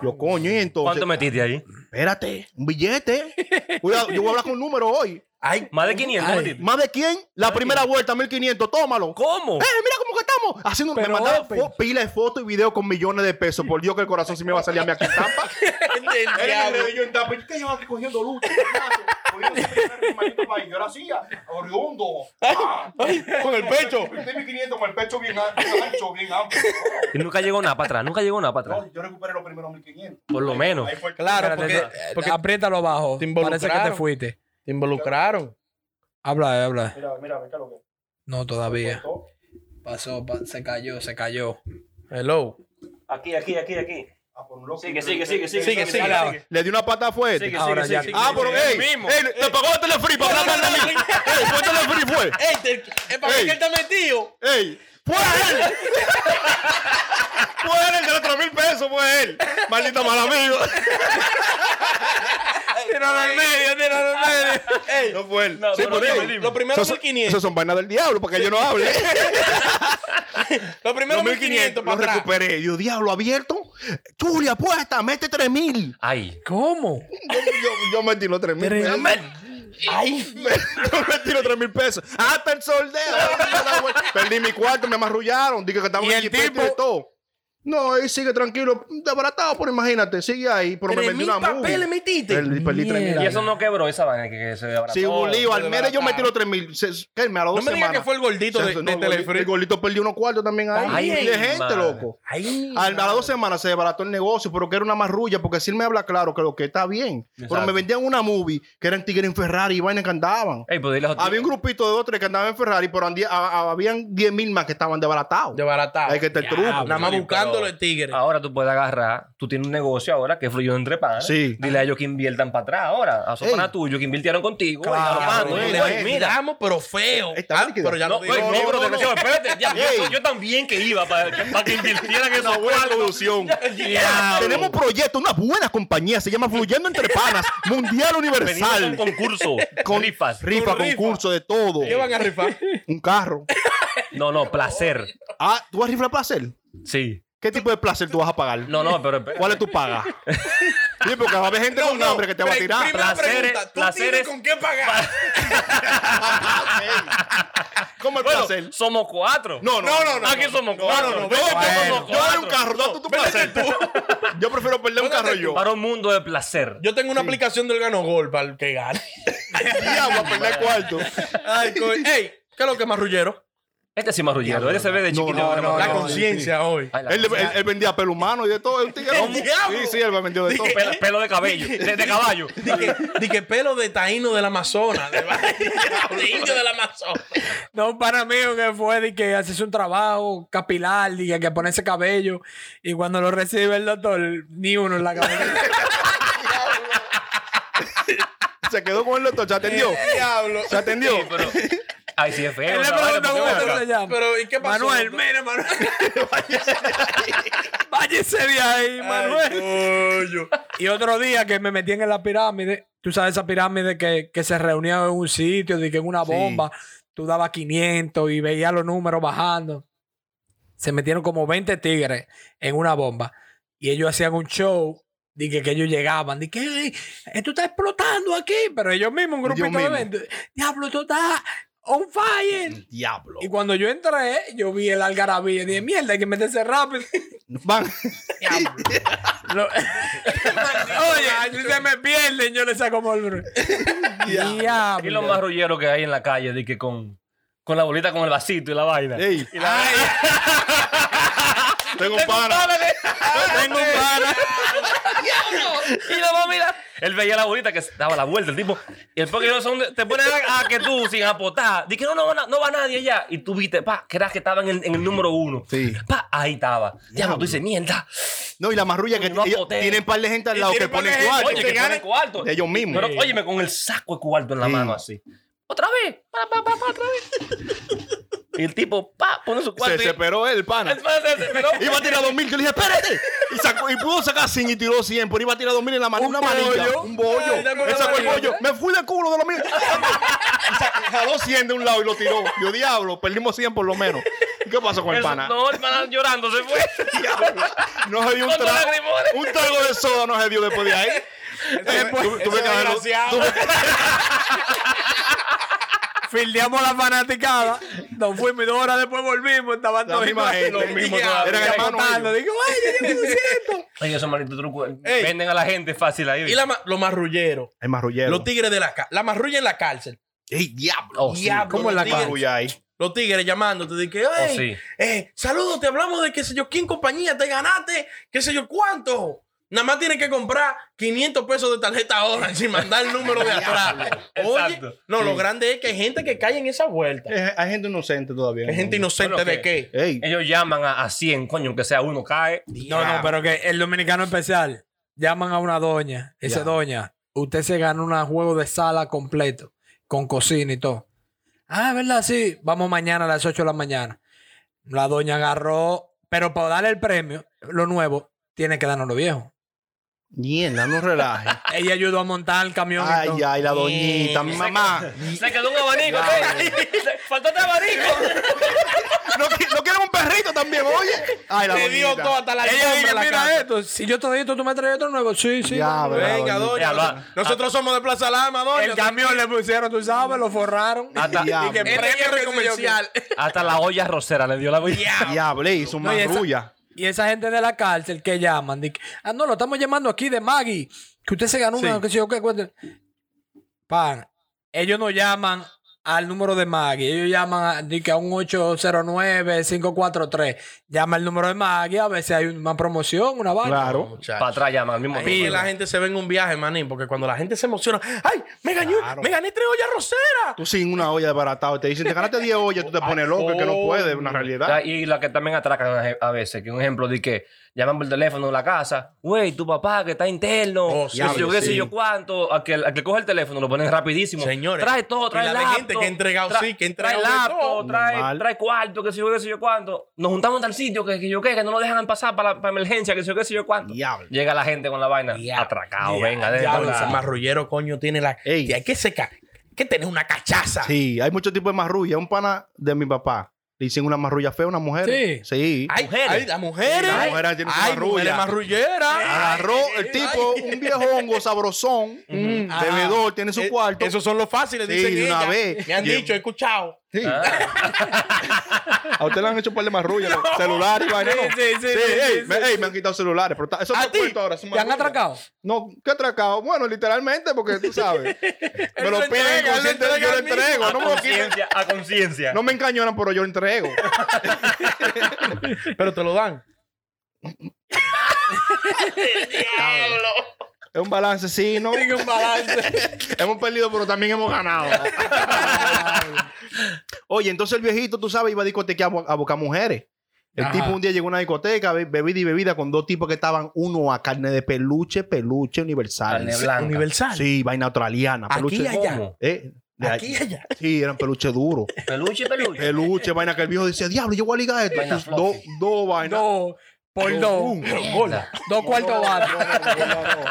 Speaker 1: Yo, coño, y entonces.
Speaker 4: ¿Cuánto metiste ahí?
Speaker 1: Espérate, un billete. Cuidado, yo voy a hablar con un número hoy.
Speaker 3: Ay,
Speaker 4: Más de 500
Speaker 2: Ay.
Speaker 4: metiste.
Speaker 1: ¿Más de quién? La primera vuelta, 1500, tómalo.
Speaker 4: ¿Cómo?
Speaker 1: ¡Eh, mira cómo que estamos! Haciendo, me
Speaker 2: Pero
Speaker 1: mandaba
Speaker 2: open.
Speaker 1: fo- pila de fotos y videos con millones de pesos. Por Dios, que el corazón sí me va a salir a mí aquí en tampa.
Speaker 3: el
Speaker 1: Él me
Speaker 3: diablo.
Speaker 1: ve, yo en tampa. ¿Y qué llevaba aquí cogiendo luz? coñazo, este cogiendo ese hermanito para ahí? Yo lo hacía, oriundo. Ah,
Speaker 3: Con el pecho.
Speaker 1: metí 1500 con el pecho bien an- bien ancho, bien amplio.
Speaker 4: Y nunca llegó nada para atrás, nunca llegó nada para atrás.
Speaker 1: No, yo recuperé los primeros 1500.
Speaker 4: Por lo menos.
Speaker 1: Ahí fue el-
Speaker 3: Claro,
Speaker 2: Espérate,
Speaker 3: porque,
Speaker 2: no, eh,
Speaker 3: porque
Speaker 2: apriétalo abajo.
Speaker 3: Te
Speaker 2: Parece que te
Speaker 3: involucraron.
Speaker 2: fuiste.
Speaker 3: te involucraron.
Speaker 2: Habla, eh, habla. eh.
Speaker 1: Mira, mira, ve que lo que.
Speaker 2: No, todavía.
Speaker 1: cortó.
Speaker 2: Pasó, pa- se cayó, se cayó.
Speaker 3: Hello.
Speaker 4: Aquí, aquí, aquí, aquí.
Speaker 1: Ah, por un loco.
Speaker 4: Sigue, sigue, sigue, sigue.
Speaker 3: Sigue, sigue,
Speaker 2: Dale,
Speaker 3: sigue.
Speaker 1: Le di una pata fuerte.
Speaker 4: Sigue,
Speaker 2: Ahora
Speaker 4: sigue,
Speaker 2: ya.
Speaker 4: sigue,
Speaker 1: Ah,
Speaker 4: sigue,
Speaker 1: pero
Speaker 4: sigue.
Speaker 1: ey,
Speaker 4: Mismo.
Speaker 1: ey, te pagó el Telefree para hablar mal de mí. Ey, fue Telefree, fue.
Speaker 3: Ey, te- Este, es para
Speaker 1: Ey.
Speaker 3: qué que él está metido.
Speaker 1: Ey, fue él. fue él el de los 3 mil pesos, fue él. Maldito mal amigo. Ah,
Speaker 3: Tíralo al medio, tíralo al medio. Ey,
Speaker 1: No fue él.
Speaker 4: No,
Speaker 1: sí,
Speaker 4: pero
Speaker 1: por
Speaker 4: dime,
Speaker 1: él.
Speaker 4: dime.
Speaker 3: los primeros
Speaker 1: Esos son-
Speaker 3: 1500.
Speaker 1: esos son vainas del diablo para que yo no hable.
Speaker 3: Los
Speaker 1: Los 1500
Speaker 3: primeros 1500
Speaker 1: los
Speaker 3: para atrás.
Speaker 1: recuperé. Yo, diablo, abierto. Chulia, apuesta, mete 3000.
Speaker 4: Ay.
Speaker 2: ¿Cómo?
Speaker 1: Yo, yo, yo metí los 3000
Speaker 2: Tres
Speaker 1: pesos.
Speaker 3: Ay,
Speaker 1: Me- yo me tiro 3 mil pesos. Hasta el soldeo. Perdí mi cuarto, me amarrullaron. Dije que estaba
Speaker 2: Y
Speaker 1: en
Speaker 2: el
Speaker 1: el
Speaker 2: tipo-
Speaker 1: y todo. No, él sigue tranquilo, desbaratado, pero imagínate, sigue ahí, pero me
Speaker 3: Tres
Speaker 1: vendió
Speaker 3: mil
Speaker 1: una
Speaker 3: papeles
Speaker 1: movie.
Speaker 3: metiste.
Speaker 1: El, perdí tres mil
Speaker 4: Y eso
Speaker 1: dólares.
Speaker 4: no quebró esa vaina que, que se abrazó.
Speaker 1: Sí, Bulío, al
Speaker 4: se
Speaker 1: Almere yo
Speaker 4: desbarataba.
Speaker 1: me tiro tres mil. Se- ¿qué? Me a las
Speaker 3: No
Speaker 1: dos
Speaker 3: me digas
Speaker 1: semanas.
Speaker 3: que fue el gordito
Speaker 1: Se-
Speaker 3: de,
Speaker 1: no,
Speaker 3: de
Speaker 1: el gol-
Speaker 3: Telefree.
Speaker 1: El golito perdió unos cuartos también ahí.
Speaker 4: Ay,
Speaker 1: Y
Speaker 4: mi
Speaker 1: de gente,
Speaker 4: madre.
Speaker 1: loco.
Speaker 3: Ay,
Speaker 1: Al- a las dos semanas se desbarató el negocio, pero que era una marrulla, porque si él me habla claro que lo que está bien. Pero me
Speaker 4: Exacto.
Speaker 1: vendían una movie que eran tigres en Ferrari y vaina que andaban.
Speaker 4: Ey, pues dile a los
Speaker 1: Había un grupito de dos, tres que andaban en Ferrari, pero andía- a- a- habían 10 mil más que estaban desbaratados.
Speaker 3: de baratado.
Speaker 1: Hay que estar el truco.
Speaker 3: Nada más
Speaker 4: Pero-
Speaker 3: buscándolo el tigre.
Speaker 4: Ahora tú puedes agarrar, tú tienes un negocio ahora que fluyó entre panas.
Speaker 1: Sí.
Speaker 4: Dile a ellos que inviertan para atrás ahora. A esos
Speaker 1: Ey.
Speaker 4: panas tuyos que invirtieron contigo.
Speaker 2: Claro,
Speaker 4: y ahora, mano,
Speaker 1: Ah, bueno,
Speaker 4: y,
Speaker 1: bueno,
Speaker 4: güey, mira.
Speaker 3: Mira, pero feo.
Speaker 1: Ahí está,
Speaker 3: Ah,
Speaker 1: líquido.
Speaker 3: pero ya
Speaker 4: No,
Speaker 3: no
Speaker 4: güey,
Speaker 3: digo.
Speaker 4: no,
Speaker 1: no,
Speaker 4: pero
Speaker 1: no,
Speaker 4: atención, espérate. ya,
Speaker 1: Ey.
Speaker 4: yo, yo también que iba para que, para que invirtieran
Speaker 1: buena
Speaker 4: esos cuartos.
Speaker 1: producción.
Speaker 4: Ya,
Speaker 1: Tenemos un proyecto, una buena compañía, se llama Fluyendo Entre Panas, Mundial
Speaker 4: Venimos con
Speaker 1: Universal.
Speaker 4: concurso, con
Speaker 1: Con
Speaker 4: rifas.
Speaker 1: Rifa,
Speaker 3: Con rifa.
Speaker 1: concurso, de todo.
Speaker 3: ¿Qué van a rifar?
Speaker 1: Un carro.
Speaker 4: No, no, placer.
Speaker 1: Ah, ¿tú vas a rifar placer?
Speaker 4: Sí.
Speaker 1: ¿Qué tipo de placer tú vas a pagar?
Speaker 4: No, no, pero espérate.
Speaker 1: ¿Cuál es tu paga? Sí, porque va a haber gente con hambre que te va a
Speaker 3: Pri-
Speaker 1: tirar.
Speaker 3: primera
Speaker 4: Placeres-
Speaker 3: pregunta, ¿tú
Speaker 4: placeres-
Speaker 3: tienes con qué pagar?
Speaker 1: ¿Cómo el
Speaker 4: Bueno,
Speaker 1: placer?
Speaker 4: somos cuatro.
Speaker 1: No, no, no. no
Speaker 4: Aquí somos cuatro.
Speaker 1: No, no, no. Yo, yo-
Speaker 4: Bueno,
Speaker 1: yo daré un
Speaker 4: cuatro.
Speaker 1: carro, date tu placer. Yo prefiero perder un
Speaker 3: Bueno,
Speaker 1: carro
Speaker 3: te-
Speaker 1: yo.
Speaker 4: Para un mundo de placer.
Speaker 3: Yo tengo una aplicación del gano gol para el que gane.
Speaker 1: Diablo, a perder cuarto.
Speaker 3: Ay, co- Ey, ¿qué es lo que es marrullero?
Speaker 4: Este sí marrullero. Este se ve de
Speaker 1: No,
Speaker 4: chiquito.
Speaker 1: no,
Speaker 4: era
Speaker 1: no,
Speaker 4: marrullero.
Speaker 3: La
Speaker 1: no,
Speaker 3: conciencia hoy.
Speaker 4: Ay, la
Speaker 1: Él, él- él vendía pelo humano y de todo. El tigre.
Speaker 3: El diablo.
Speaker 1: Sí, sí, él me vendió de todo.
Speaker 4: Pelo, pelo de cabello, de, de caballo.
Speaker 3: Di que, di que pelo de taíno del Amazonas. De, de indio del Amazonas.
Speaker 2: No, un pana mío que fue de que haces un trabajo capilar, dije que ponerse cabello. Y cuando lo recibe el doctor, ni uno en la cabeza.
Speaker 1: Se quedó con el doctor, se atendió.
Speaker 3: Diablo.
Speaker 1: Se atendió.
Speaker 4: Pero, ay, sí es feo.
Speaker 2: Él le
Speaker 4: esa vaina,
Speaker 2: preguntó
Speaker 4: porque-
Speaker 2: cómo usted se llama.
Speaker 3: Pero, ¿y qué pasó?
Speaker 2: Manuel, mira, Manuel. Váyese de ahí, Manuel.
Speaker 3: Ay, coño.
Speaker 2: Y otro día que me metían en la pirámide, tú sabes esa pirámide que, que se reunía en un sitio, de que en una
Speaker 1: Sí.
Speaker 2: bomba, tú dabas 500 y veías los números bajando. Se metieron como 20 tigres en una bomba y ellos hacían un show. de que, que ellos llegaban, de que "Ey, esto está explotando aquí, pero ellos mismos, un
Speaker 1: Ellos
Speaker 2: grupito de
Speaker 1: mismos. Mm.
Speaker 2: 20, diablo, esto está on fire.
Speaker 1: Diablo.
Speaker 2: Y cuando yo entré, yo vi el algarabía y dije, mierda, hay que meterse rápido.
Speaker 1: Van.
Speaker 2: Lo- Oye, si se me pierden, yo le saco por
Speaker 4: Y los
Speaker 2: Diablo.
Speaker 4: marrulleros que hay en la calle, de que con, con la bolita, con el vasito y la vaina.
Speaker 1: Ey. Tengo un pana.
Speaker 4: Párale.
Speaker 1: Tengo un pana.
Speaker 4: Y la mamá mira. Él veía la bolita que se daba la vuelta, el tipo. Y el porque ellos son de- te ponen a, a que tú sin apotar. Dije, no, no, va na- no va nadie allá. Y tú viste, pa, que era que estaba en el, en el número uno.
Speaker 1: Sí.
Speaker 4: Pa, ahí estaba. Diablo, tú dices, mierda.
Speaker 1: No, y la marrulla que
Speaker 4: No
Speaker 1: ellos
Speaker 4: apoté.
Speaker 1: tienen un par de gente al
Speaker 3: Y
Speaker 1: lado que
Speaker 3: tienen par de
Speaker 1: ponen
Speaker 3: gente,
Speaker 1: cuarto.
Speaker 4: Oye, que ponen cuarto.
Speaker 1: Ellos mismos.
Speaker 4: Pero, óyeme, con el saco de cuarto en la
Speaker 1: Sí.
Speaker 4: mano así. Otra vez. Pa, pa, pa, pa, otra vez. y el tipo, pa, pone su
Speaker 1: Se
Speaker 4: cuarto. y-
Speaker 1: separó el pana.
Speaker 4: Es más, se desesperó.
Speaker 1: Iba a tirar 2000, yo le dije, espérate. Y, sacó- y pudo sacar 100 y tiró 100, pero iba a tirar 2000 en la mano.
Speaker 2: Un
Speaker 1: una manilla,
Speaker 2: bollo.
Speaker 1: un bollo.
Speaker 3: Ay, dame una
Speaker 1: Él sacó el
Speaker 3: manilla.
Speaker 1: bollo. Me fui de culo de los míos. Y sa- Jaló 100 de un lado y lo tiró. Yo, diablo, perdimos 100 por lo menos. ¿Y qué pasó con el
Speaker 4: Eso-
Speaker 1: pana?
Speaker 4: No, el pana llorando se fue.
Speaker 1: Diablo. No se dio un
Speaker 4: Con
Speaker 1: trago.
Speaker 4: lagrimones.
Speaker 1: Un trago de soda no se dio después de ahí. Después, tuve,
Speaker 3: ese
Speaker 1: que haberlo,
Speaker 3: desgraciado.
Speaker 1: tuve que-
Speaker 2: Fildeamos la fanaticada. Nos fuimos y dos horas después volvimos. Estaban
Speaker 1: La
Speaker 2: todos
Speaker 1: misma
Speaker 2: iguales.
Speaker 1: gente, los mismos
Speaker 2: Y
Speaker 1: todavía.
Speaker 2: ya,
Speaker 1: Eran hermanos
Speaker 2: contando. Digo, ay, yo llevo 200.
Speaker 4: Oye, esos malditos trucos.
Speaker 3: Ey.
Speaker 4: Venden a la gente fácil ahí.
Speaker 3: Y la ma- los marrulleros.
Speaker 1: El marrullero.
Speaker 3: Los tigres de la cárcel. La marrulla en la cárcel.
Speaker 1: ¡Ey, diablo!
Speaker 4: Oh, sí.
Speaker 3: Diablo,
Speaker 2: ¿Cómo en
Speaker 3: los
Speaker 2: la
Speaker 3: tigres-
Speaker 1: Marrulla ahí.
Speaker 3: Los tigres llamándote de que,
Speaker 4: Oh,
Speaker 3: hey,
Speaker 4: sí.
Speaker 3: eh, saludos, te hablamos de qué sé yo, quién compañía te ganaste, qué sé yo, cuánto. Nada más tienes que comprar 500 pesos de tarjeta ahora sin mandar el número de atrás. Oye,
Speaker 4: Exacto.
Speaker 3: no, lo grande es que hay gente que cae en esa vuelta.
Speaker 1: Eh, Hay gente inocente todavía.
Speaker 3: Hay gente inocente
Speaker 4: Bueno,
Speaker 3: de
Speaker 4: que-
Speaker 3: qué.
Speaker 1: Ey,
Speaker 4: Ellos llaman a, a 100, coño, que sea uno cae.
Speaker 2: No, no, pero que el dominicano especial. Llaman a una doña. Dice,
Speaker 1: Ya.
Speaker 2: doña, usted se ganó un juego de sala completo. Con cocina y todo. Ah, ¿verdad? Sí. Vamos mañana a las 8 de la mañana. La doña agarró. Pero para darle el premio, lo nuevo, tiene que darnos lo viejo.
Speaker 1: mierda, no relaje.
Speaker 2: Ella ayudó a montar el camión. y
Speaker 1: Ay,
Speaker 2: todo.
Speaker 1: ay, la doñita, mi mamá.
Speaker 4: Se quedó un abanico. ¿qué? Faltó este abanico.
Speaker 1: ¿No, qui- no quieren un perrito también, oye? Ay, la
Speaker 3: Te dio
Speaker 1: doñita.
Speaker 3: todo hasta la
Speaker 2: Ella
Speaker 3: alfombra
Speaker 2: dice,
Speaker 3: en la
Speaker 2: mira
Speaker 3: casa".
Speaker 2: esto, si yo te doy esto, tú me traes otro nuevo. Sí, sí.
Speaker 1: Ya,
Speaker 2: vamos.
Speaker 1: bro.
Speaker 3: Venga, doña.
Speaker 4: Ya, lo-
Speaker 3: Nosotros somos de Plaza Lama, doña.
Speaker 2: el camión le pusieron, tú sabes, lo forraron.
Speaker 1: Ah,
Speaker 4: Hasta-
Speaker 2: y que
Speaker 1: Diablo.
Speaker 2: premio
Speaker 3: premio comercial.
Speaker 2: comercial.
Speaker 4: Hasta la olla rosera le dio la vida.
Speaker 1: Diablo, ey, son
Speaker 2: No, y esa-
Speaker 1: marrulla.
Speaker 2: Y esa gente de la cárcel que llaman, di que, ah, no, lo estamos llamando aquí de Maggie, que usted se ganó una,
Speaker 3: Sí.
Speaker 2: que sé yo qué, cuento". Pan, ellos no llaman al número de Maggie, ellos llaman a, di que a un 809-543. Llama el número de Maggie, a veces hay una promoción, una vaina.
Speaker 1: Claro.
Speaker 4: Para atrás llama al mismo
Speaker 3: Ahí es que
Speaker 4: tiempo.
Speaker 3: la gente se ve en un viaje, manín, porque cuando la gente se emociona, ¡ay! ¡Me gané, me gané tres ollas roseras!
Speaker 1: Tú sin una olla de baratado te dicen, te ganaste 10 ollas, tú te pones loco, es que no puedes, una
Speaker 3: Ah.
Speaker 1: realidad.
Speaker 4: Ya, Ah, Y la que también atracan a a veces, que un ejemplo de que llaman por teléfono a la casa, güey, tu papá que está interno,
Speaker 3: Oh,
Speaker 4: que si yo
Speaker 3: sí,
Speaker 4: qué
Speaker 3: sí.
Speaker 4: sé yo cuánto, al que, al que coge el teléfono lo ponen rapidísimo.
Speaker 3: Señores,
Speaker 4: trae todo,
Speaker 3: y
Speaker 4: trae
Speaker 3: la de
Speaker 4: laptop,
Speaker 3: gente que ha entregado,
Speaker 4: tra-
Speaker 3: sí, que ha entregado
Speaker 4: trae
Speaker 3: de
Speaker 4: laptop,
Speaker 3: todo.
Speaker 4: trae,
Speaker 1: Normal.
Speaker 4: trae cuarto, que si yo qué sé yo cuánto. Nos juntamos en tal sitio, que, que yo qué, que no lo dejan pasar para, la- para emergencia, que si yo qué sé yo cuánto.
Speaker 1: Diablo.
Speaker 4: Llega la gente con la vaina,
Speaker 2: Diablo.
Speaker 4: atracado,
Speaker 3: Ya,
Speaker 4: venga,
Speaker 3: ya,
Speaker 4: adentro.
Speaker 3: el marrullero, coño, tiene la.
Speaker 1: Ey.
Speaker 3: Y hay que secar. Que tener una cachaza.
Speaker 1: Sí, hay muchos tipos de marrulla. Un pana de mi papá. Le dicen una marrulla fea a una mujer.
Speaker 2: Sí.
Speaker 1: Sí.
Speaker 3: Hay
Speaker 4: Mujeres.
Speaker 3: Hay, las mujeres.
Speaker 1: Sí, las mujeres tienen Ah, su
Speaker 3: hay
Speaker 1: marrulla.
Speaker 3: mujeres marrulleras. Ah,
Speaker 1: Agarró el tipo, un viejo hongo sabrosón, un
Speaker 3: Ajá.
Speaker 1: bebedor, tiene su
Speaker 3: Eh,
Speaker 1: cuarto.
Speaker 3: Esos son los fáciles,
Speaker 1: Sí,
Speaker 3: dicen
Speaker 1: de una
Speaker 3: ellas.
Speaker 1: vez.
Speaker 3: Me han
Speaker 1: Bien.
Speaker 3: dicho, he escuchado.
Speaker 1: Sí. A usted le han hecho un par de marrullas, celulares y vaina.
Speaker 2: Sí,
Speaker 1: ¿no?
Speaker 2: sí, sí, sí,
Speaker 1: ey,
Speaker 2: sí,
Speaker 1: me, ey, me han quitado celulares. Pero ta- eso
Speaker 3: ¿A
Speaker 1: te
Speaker 3: ti?
Speaker 1: cuento ahora. son
Speaker 2: ¿Te han
Speaker 1: marrullas.
Speaker 2: atracado?
Speaker 1: No, ¿qué atracado? Bueno, literalmente, porque tú sabes. me
Speaker 3: Él
Speaker 1: lo
Speaker 3: lo entrega,
Speaker 1: piden
Speaker 3: él lo
Speaker 1: consciente, yo
Speaker 3: entrega
Speaker 1: lo
Speaker 3: al mismo.
Speaker 1: entrego. No
Speaker 4: A
Speaker 1: me lo quitan.
Speaker 4: conciencia, a conciencia.
Speaker 1: No me encañonan, pero yo lo entrego.
Speaker 3: Pero te lo dan.
Speaker 1: es un balance, sí, ¿no?
Speaker 2: Tiene un balance.
Speaker 1: hemos perdido, pero también hemos ganado. Oye, entonces el viejito, tú sabes, iba a discotequear a bu- a buscar mujeres. El
Speaker 2: Ajá.
Speaker 1: tipo un día llegó a una discoteca, be- bebida y bebida, con dos tipos que estaban, uno a carne de peluche, peluche universal.
Speaker 4: Carne blanca.
Speaker 3: Universal.
Speaker 1: Sí, vaina australiana.
Speaker 3: Aquí
Speaker 1: Peluche,
Speaker 3: hay- allá.
Speaker 4: ¿Cómo?
Speaker 1: Eh, de
Speaker 3: Aquí y allá.
Speaker 1: Sí, eran peluche duro.
Speaker 4: Peluche, peluche.
Speaker 1: Peluche, vaina que el viejo decía, diablo, yo voy a ligar esto.
Speaker 4: Vaina
Speaker 1: Entonces, Dos dos vainas.
Speaker 2: Dos por dos.
Speaker 1: Boom.
Speaker 4: Mierda.
Speaker 2: Dos cuartos
Speaker 1: No,
Speaker 2: vatos.
Speaker 1: no, no, no, no.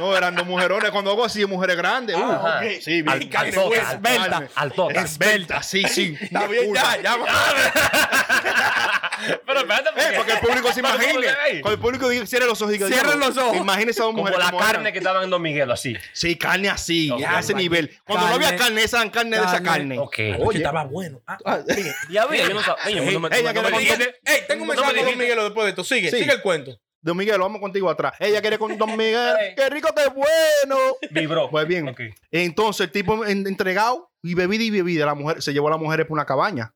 Speaker 1: No, eran dos mujerones. Cuando hago así, mujeres grandes. Uh,
Speaker 4: Ajá.
Speaker 1: ok. Sí,
Speaker 4: Al-
Speaker 1: bien.
Speaker 4: al
Speaker 1: Carne
Speaker 4: toque,
Speaker 1: hueso,
Speaker 4: al-
Speaker 1: carne.
Speaker 2: al-
Speaker 4: Al total.
Speaker 1: Esbelta, sí, sí.
Speaker 3: Está bien, ya, ya.
Speaker 4: Pero espérate,
Speaker 1: Eh, porque el público se
Speaker 4: Pero ¿cómo
Speaker 1: imagine.
Speaker 4: que ve?
Speaker 1: Cuando el público diga- cierre los ojos, diga,
Speaker 2: Cierren
Speaker 1: diablo,
Speaker 2: los ojos.
Speaker 1: Imagínese a dos
Speaker 4: Como
Speaker 1: mujeres.
Speaker 4: la
Speaker 1: como eran.
Speaker 4: carne que estaba en Don Miguel, así.
Speaker 1: Sí, carne así,
Speaker 4: Ok,
Speaker 1: a ese
Speaker 4: vale.
Speaker 1: nivel. Cuando no había
Speaker 2: Carne.
Speaker 1: carne, esas eran carne, de esa
Speaker 2: Carne.
Speaker 1: carne.
Speaker 4: Ok.
Speaker 3: Que estaba bueno. Ah, ah, sigue.
Speaker 4: Ya vi, yo no sabía. Ey, no me-
Speaker 1: Ella
Speaker 4: no
Speaker 1: que
Speaker 4: me
Speaker 1: le
Speaker 4: dijiste.
Speaker 3: Ey, tengo un
Speaker 4: No me
Speaker 3: mensaje de Don
Speaker 4: dijiste.
Speaker 3: Miguelo después de esto. Sigue,
Speaker 1: Sí.
Speaker 3: sigue el cuento.
Speaker 1: Don Miguel, vamos contigo atrás. Ella quiere con Don Miguel.
Speaker 4: Ey.
Speaker 1: ¡Qué rico, qué bueno!
Speaker 4: Vibró.
Speaker 1: Pues bien,
Speaker 4: Ok.
Speaker 1: entonces el tipo en- entregado y bebida y bebida. La mujer, se llevó a las mujeres por una cabaña.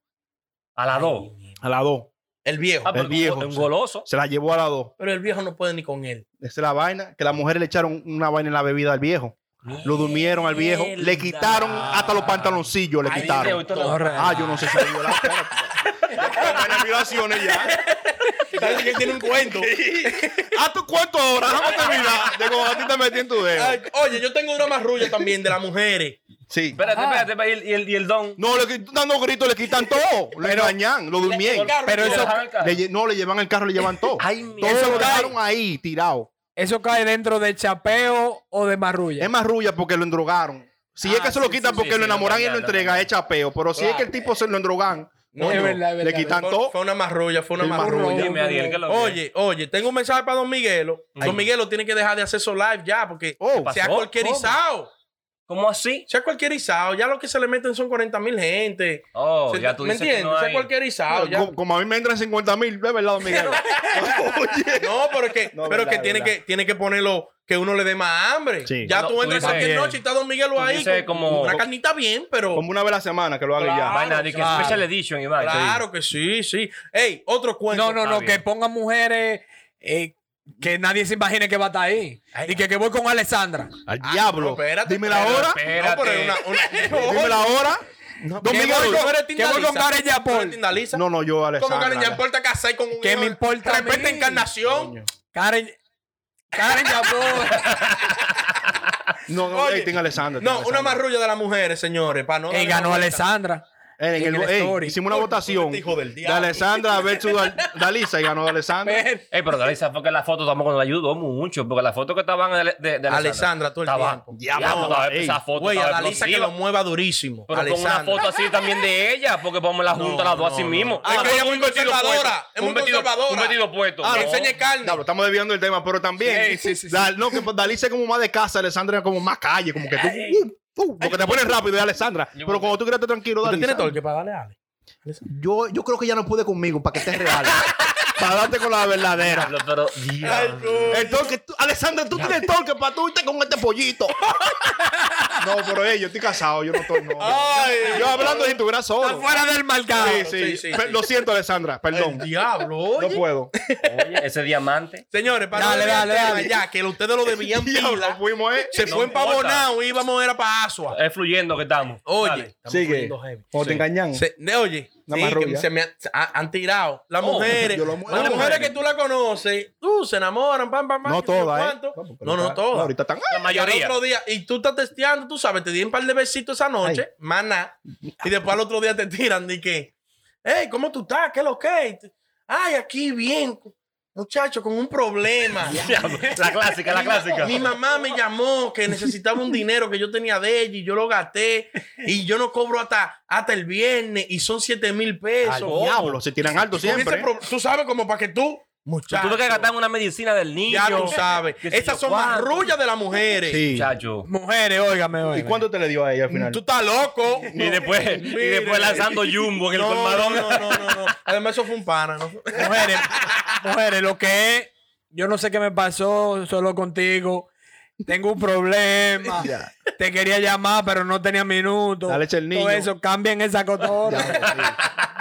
Speaker 4: A las dos.
Speaker 1: A las dos.
Speaker 3: El viejo.
Speaker 4: Ah, pero
Speaker 1: viejo,
Speaker 4: un- Un
Speaker 1: sí.
Speaker 4: goloso.
Speaker 1: Se la llevó a las dos.
Speaker 3: Pero el viejo no puede ni con él.
Speaker 1: Esa es la vaina. Que las mujeres le echaron una vaina en la bebida al viejo. Lo durmieron al viejo. Le
Speaker 4: Mierda.
Speaker 1: quitaron hasta los pantaloncillos. Le
Speaker 4: Ay, Dios,
Speaker 1: quitaron.
Speaker 4: esto no-
Speaker 2: Corre.
Speaker 1: Ah, yo no sé si lo violaron. Espérate. violaciones ya.
Speaker 3: Parece que él tiene un cuento.
Speaker 1: ¿A tu cuánto ahora? Déjame terminar. De como a ti te metí en tu
Speaker 3: Ay,
Speaker 1: dedo.
Speaker 3: Oye, yo tengo una marrulla también de las mujeres.
Speaker 1: Sí.
Speaker 3: Ah.
Speaker 4: Espérate, espérate, espérate, y el- y el, y el don.
Speaker 1: No, le quitan dando gritos, le quitan todo. Le engañan, lo durmieron.
Speaker 4: Pero
Speaker 2: eso-
Speaker 1: Le lle- no, le llevan el carro, le llevan todo.
Speaker 4: Ay,
Speaker 1: todo
Speaker 4: mierda.
Speaker 1: lo dejaron ahí, tirado.
Speaker 2: Eso cae dentro de chapeo o de marrulla.
Speaker 1: Es más rulla porque lo endrogaron. Si
Speaker 4: Ah,
Speaker 1: es que se lo
Speaker 4: sí,
Speaker 1: quitan
Speaker 4: sí,
Speaker 1: porque
Speaker 4: sí,
Speaker 1: lo
Speaker 4: sí, lo
Speaker 1: enamoran y lo
Speaker 4: engañan, lo
Speaker 1: entregan, es chapeo. Pero si es que el tipo se lo endrogan,
Speaker 3: No,
Speaker 1: coño,
Speaker 2: es verdad, es
Speaker 1: le
Speaker 2: verdad,
Speaker 1: quitan
Speaker 2: es
Speaker 1: todo.
Speaker 3: Fue, fue una marrulla, fue una
Speaker 1: Sí,
Speaker 3: marrulla.
Speaker 1: marrulla.
Speaker 4: Dime, Adiel, que lo
Speaker 3: Oye, oye, tengo un mensaje para Don Miguelo.
Speaker 4: Ay.
Speaker 3: Don Miguelo tiene que dejar de hacer esos live ya porque
Speaker 1: Oh,
Speaker 4: ¿Qué
Speaker 3: se ha
Speaker 4: pasó?
Speaker 3: cualquierizado.
Speaker 4: ¿Cómo así?
Speaker 3: Se ha cualquierizado. Ya lo que se le meten son 40 mil gente.
Speaker 4: Oh,
Speaker 3: Se-
Speaker 4: ya tú
Speaker 3: ¿Me
Speaker 4: dices que
Speaker 3: entiendes?
Speaker 4: no
Speaker 3: se ha
Speaker 4: hay-
Speaker 3: cualquierizado. ya.
Speaker 1: como, como a mí me entran 50 mil, de verdad, don Miguel. Oye.
Speaker 3: No, pero es que,
Speaker 1: No,
Speaker 3: pero es que
Speaker 1: verdad,
Speaker 3: tiene
Speaker 1: verdad.
Speaker 3: que tiene que ponerlo que uno le dé más hambre.
Speaker 1: Sí.
Speaker 3: Ya
Speaker 4: No,
Speaker 3: tú
Speaker 4: tú
Speaker 3: entras
Speaker 4: dices-
Speaker 3: cualquier
Speaker 2: Bien.
Speaker 3: noche y está Don Miguelo
Speaker 4: Tú
Speaker 3: ahí
Speaker 4: dices
Speaker 3: con,
Speaker 4: como-
Speaker 3: una carnita bien, pero
Speaker 1: Como una vez a la semana que lo haga
Speaker 3: Claro.
Speaker 4: Vaina de que
Speaker 2: Claro.
Speaker 4: Special Edition, Iván. que
Speaker 3: claro que sí, sí. Ey, otro cuento.
Speaker 2: No, no, no,
Speaker 4: Está bien.
Speaker 2: que pongan mujeres eh, que nadie se imagine que va a estar ahí.
Speaker 3: Ay.
Speaker 2: y que, que voy con Alessandra.
Speaker 1: ya. Al diablo.
Speaker 3: Ah, no, espérate,
Speaker 1: Dime la
Speaker 3: espérate,
Speaker 1: hora.
Speaker 4: espérate.
Speaker 3: No, pero es una, una-
Speaker 1: Dime la hora. don
Speaker 2: que
Speaker 1: Miguel.
Speaker 2: voy
Speaker 3: Tú
Speaker 2: con-
Speaker 3: eres
Speaker 2: que voy con
Speaker 3: Tindaliza.
Speaker 2: Karen Yapol.
Speaker 3: Tú eres Tindaliza.
Speaker 1: No, no, yo, Alessandra.
Speaker 3: ¿Cómo Karen ya importa casar con un
Speaker 2: ¿Qué
Speaker 3: hijo?
Speaker 2: me importa a
Speaker 3: Respeta
Speaker 2: mí?
Speaker 3: encarnación.
Speaker 2: Karen. Karen Yapón.
Speaker 1: No, no,
Speaker 3: Oye.
Speaker 1: ey, ten Alessandra. ten
Speaker 3: No, una
Speaker 1: Alessandra.
Speaker 3: marrulla de las mujeres, señores. Para no
Speaker 2: que
Speaker 3: darle
Speaker 2: ganó
Speaker 3: más vuelta.
Speaker 2: Alessandra.
Speaker 1: Ey, Eh, en
Speaker 2: en
Speaker 1: el-
Speaker 2: el
Speaker 1: ey,
Speaker 2: story.
Speaker 1: hicimos una
Speaker 3: Oye,
Speaker 1: votación
Speaker 3: este hijo del
Speaker 1: de
Speaker 3: diablo.
Speaker 1: Alessandra versus Dal- Dalisa y ganó Alessandra.
Speaker 2: Ver.
Speaker 4: Ey, pero Dalisa fue que la foto tampoco nos ayudó mucho, porque la foto que estaban de, de, de
Speaker 3: Alessandra todo el
Speaker 4: estaba-
Speaker 3: tiempo.
Speaker 4: Diablo,
Speaker 1: Diablo,
Speaker 4: estaba-
Speaker 1: ey.
Speaker 4: esa foto
Speaker 3: Güey, a
Speaker 4: estaba
Speaker 3: Dalisa que
Speaker 4: explosiva.
Speaker 3: lo mueva durísimo.
Speaker 4: Pero
Speaker 3: Alessandra.
Speaker 4: con una foto así también de ella, porque vamos la junta las dos así mismo.
Speaker 3: Es que ella es muy
Speaker 4: Un vestido
Speaker 3: Ah, conservadora,
Speaker 4: puesto,
Speaker 3: es muy
Speaker 4: un vestido-
Speaker 3: conservadora.
Speaker 4: Un vestido puesto.
Speaker 3: Ah,
Speaker 4: No.
Speaker 3: que enseñe carne.
Speaker 1: Diablo, estamos desviando el tema, pero también.
Speaker 2: Sí, sí, sí, sí.
Speaker 1: Dal- no, que pues Dalisa es como más de casa, Alessandra es como más calle, como que tú. uh, uh, porque te pones rápido, es Alessandra.
Speaker 4: Yo-
Speaker 1: Pero cuando tú quieres estar tranquilo,
Speaker 3: Usted
Speaker 1: Dalisa.
Speaker 3: tiene todo el que pagarle a Ale.
Speaker 1: Yo, yo creo que ya no pude conmigo, para que estés real. para darte con la verdadera.
Speaker 4: Diablo, pero, Dios.
Speaker 1: El torque, tú- Alexander, tú tienes torque para tú irte con este pollito.
Speaker 5: No, pero ey, yo estoy casado, yo no estoy. No,
Speaker 3: Ay,
Speaker 1: Yo hablando si estuviera
Speaker 2: Está
Speaker 1: solo.
Speaker 2: fuera del mercado.
Speaker 1: Sí, sí.
Speaker 3: Sí, sí,
Speaker 1: Pe-
Speaker 3: sí.
Speaker 1: Lo siento, Alexandra, perdón.
Speaker 3: diablo,
Speaker 5: no
Speaker 3: oye.
Speaker 5: puedo.
Speaker 4: Oye, ese diamante.
Speaker 3: Señores, para
Speaker 2: Dale,
Speaker 3: no desviar
Speaker 2: dale,
Speaker 3: el tema
Speaker 2: dale.
Speaker 3: ya, que ustedes lo debían
Speaker 5: Diablo,
Speaker 3: pila.
Speaker 5: fuimos, eh.
Speaker 3: Se
Speaker 4: No
Speaker 3: fue
Speaker 4: importa.
Speaker 3: empavonado y íbamos era para Asua.
Speaker 4: Es fluyendo que estamos.
Speaker 3: Oye,
Speaker 4: Dale.
Speaker 3: estamos
Speaker 5: Sigue.
Speaker 3: poniendo heavy.
Speaker 5: O te engañan.
Speaker 3: Se- de- oye,
Speaker 5: Una
Speaker 3: sí,
Speaker 5: más
Speaker 3: que
Speaker 5: rubia.
Speaker 3: se me ha- se ha- han tirado. Las
Speaker 4: Oh,
Speaker 3: mujeres,
Speaker 5: yo lo
Speaker 3: las
Speaker 5: muero.
Speaker 3: mujeres que tú la conoces, tú se enamoran, pam, pam, pam.
Speaker 5: No
Speaker 3: que sé yo
Speaker 5: todas, ¿eh?
Speaker 3: cuánto. No, no, todas.
Speaker 5: Ahorita están.
Speaker 4: La
Speaker 3: Y al
Speaker 4: mayoría.
Speaker 3: otro día, y tú estás testeando, tú sabes, te di un par de besitos esa noche, maná, y después al otro día te tiran de que, hey, ¿cómo tú estás? ¿Qué es lo que? es?" Ay, aquí bien, muchacho, con un problema.
Speaker 4: Diablo, La clásica, la clásica.
Speaker 3: Mi mamá me llamó que necesitaba un dinero que yo tenía de ella y yo lo gasté y yo no cobro hasta, hasta el viernes y son 7 mil pesos.
Speaker 1: Al diablo, se tiran alto
Speaker 3: Con ese
Speaker 5: eh.
Speaker 1: siempre.
Speaker 3: pro- tú sabes como para que tú, muchacho,
Speaker 4: Tuve que gastar en una medicina del niño.
Speaker 3: ya tú sabes.
Speaker 4: Qué sé
Speaker 3: Esas
Speaker 4: yo
Speaker 3: son
Speaker 4: cuánto.
Speaker 3: marrullas de las mujeres.
Speaker 5: Sí.
Speaker 4: Muchacho.
Speaker 2: Mujeres, óigame,
Speaker 5: ¿Y
Speaker 2: óigame.
Speaker 5: cuánto te le dio a ella al final?
Speaker 3: Tú estás loco.
Speaker 4: Y después, y
Speaker 3: Mire.
Speaker 4: después lanzando Jumbo en el
Speaker 3: no,
Speaker 4: colmadón.
Speaker 3: No, no, no, no, no. Además, eso fue un pana. ¿no?
Speaker 2: Mujeres, mujeres, lo que es, yo no sé qué me pasó solo contigo. Tengo un problema.
Speaker 5: Ya.
Speaker 2: Te quería llamar, pero no tenía minutos.
Speaker 5: Dale, echa el niño.
Speaker 2: Todo eso, cambien esa cotorra.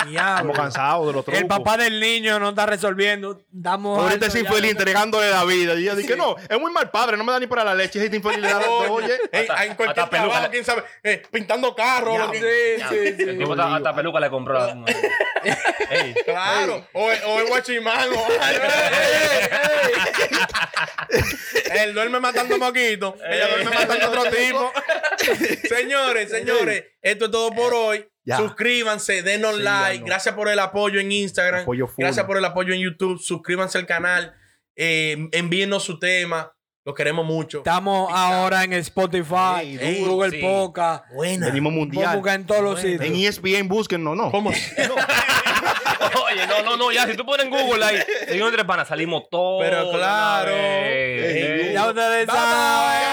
Speaker 2: Diablo.
Speaker 5: Estamos cansados de los trucos.
Speaker 2: El papá del niño no está resolviendo. Damos
Speaker 1: Ahorita es
Speaker 2: alto, ya.
Speaker 1: infeliz entregándole la vida. Y ella dice que no, es muy mal padre, no me da ni para la leche. Es infeliz le da la- oye.
Speaker 3: Ey, en cualquier
Speaker 4: hasta peluca
Speaker 3: trabajo,
Speaker 4: le-
Speaker 3: quién sabe, eh, pintando carros. lo que-
Speaker 2: Sí, sí,
Speaker 4: El tipo
Speaker 2: sí.
Speaker 4: hasta, hasta peluca le compró a la mujer. Ey,
Speaker 3: Claro, o, o el guachimán. o- Ay, ey, ey. Él duerme matando moquito. Ella duerme matando otro tipo. señores, señores, esto es todo por hoy.
Speaker 5: Ya.
Speaker 3: Suscríbanse, denos
Speaker 5: Sí, ya
Speaker 3: like.
Speaker 5: no.
Speaker 3: Gracias por el apoyo en Instagram.
Speaker 5: Apoyo full.
Speaker 3: Gracias por el apoyo en YouTube. Suscríbanse al canal. Eh, envíennos su tema. Los queremos mucho.
Speaker 2: Estamos ahora en Spotify,
Speaker 5: Ey,
Speaker 2: en Google
Speaker 4: sí.
Speaker 2: Podcast.
Speaker 3: Buena.
Speaker 5: Venimos mundial. E
Speaker 2: Podemos en todos los
Speaker 1: En
Speaker 2: sitios.
Speaker 1: ESPN búsquenlo, no.
Speaker 3: ¿Cómo?
Speaker 4: Oye, no, no, no, ya, si tú pones en Google ahí, señor Tres Panas, salimos todos.
Speaker 3: Pero claro.
Speaker 4: Ey, ey.
Speaker 2: Ya ustedes saben.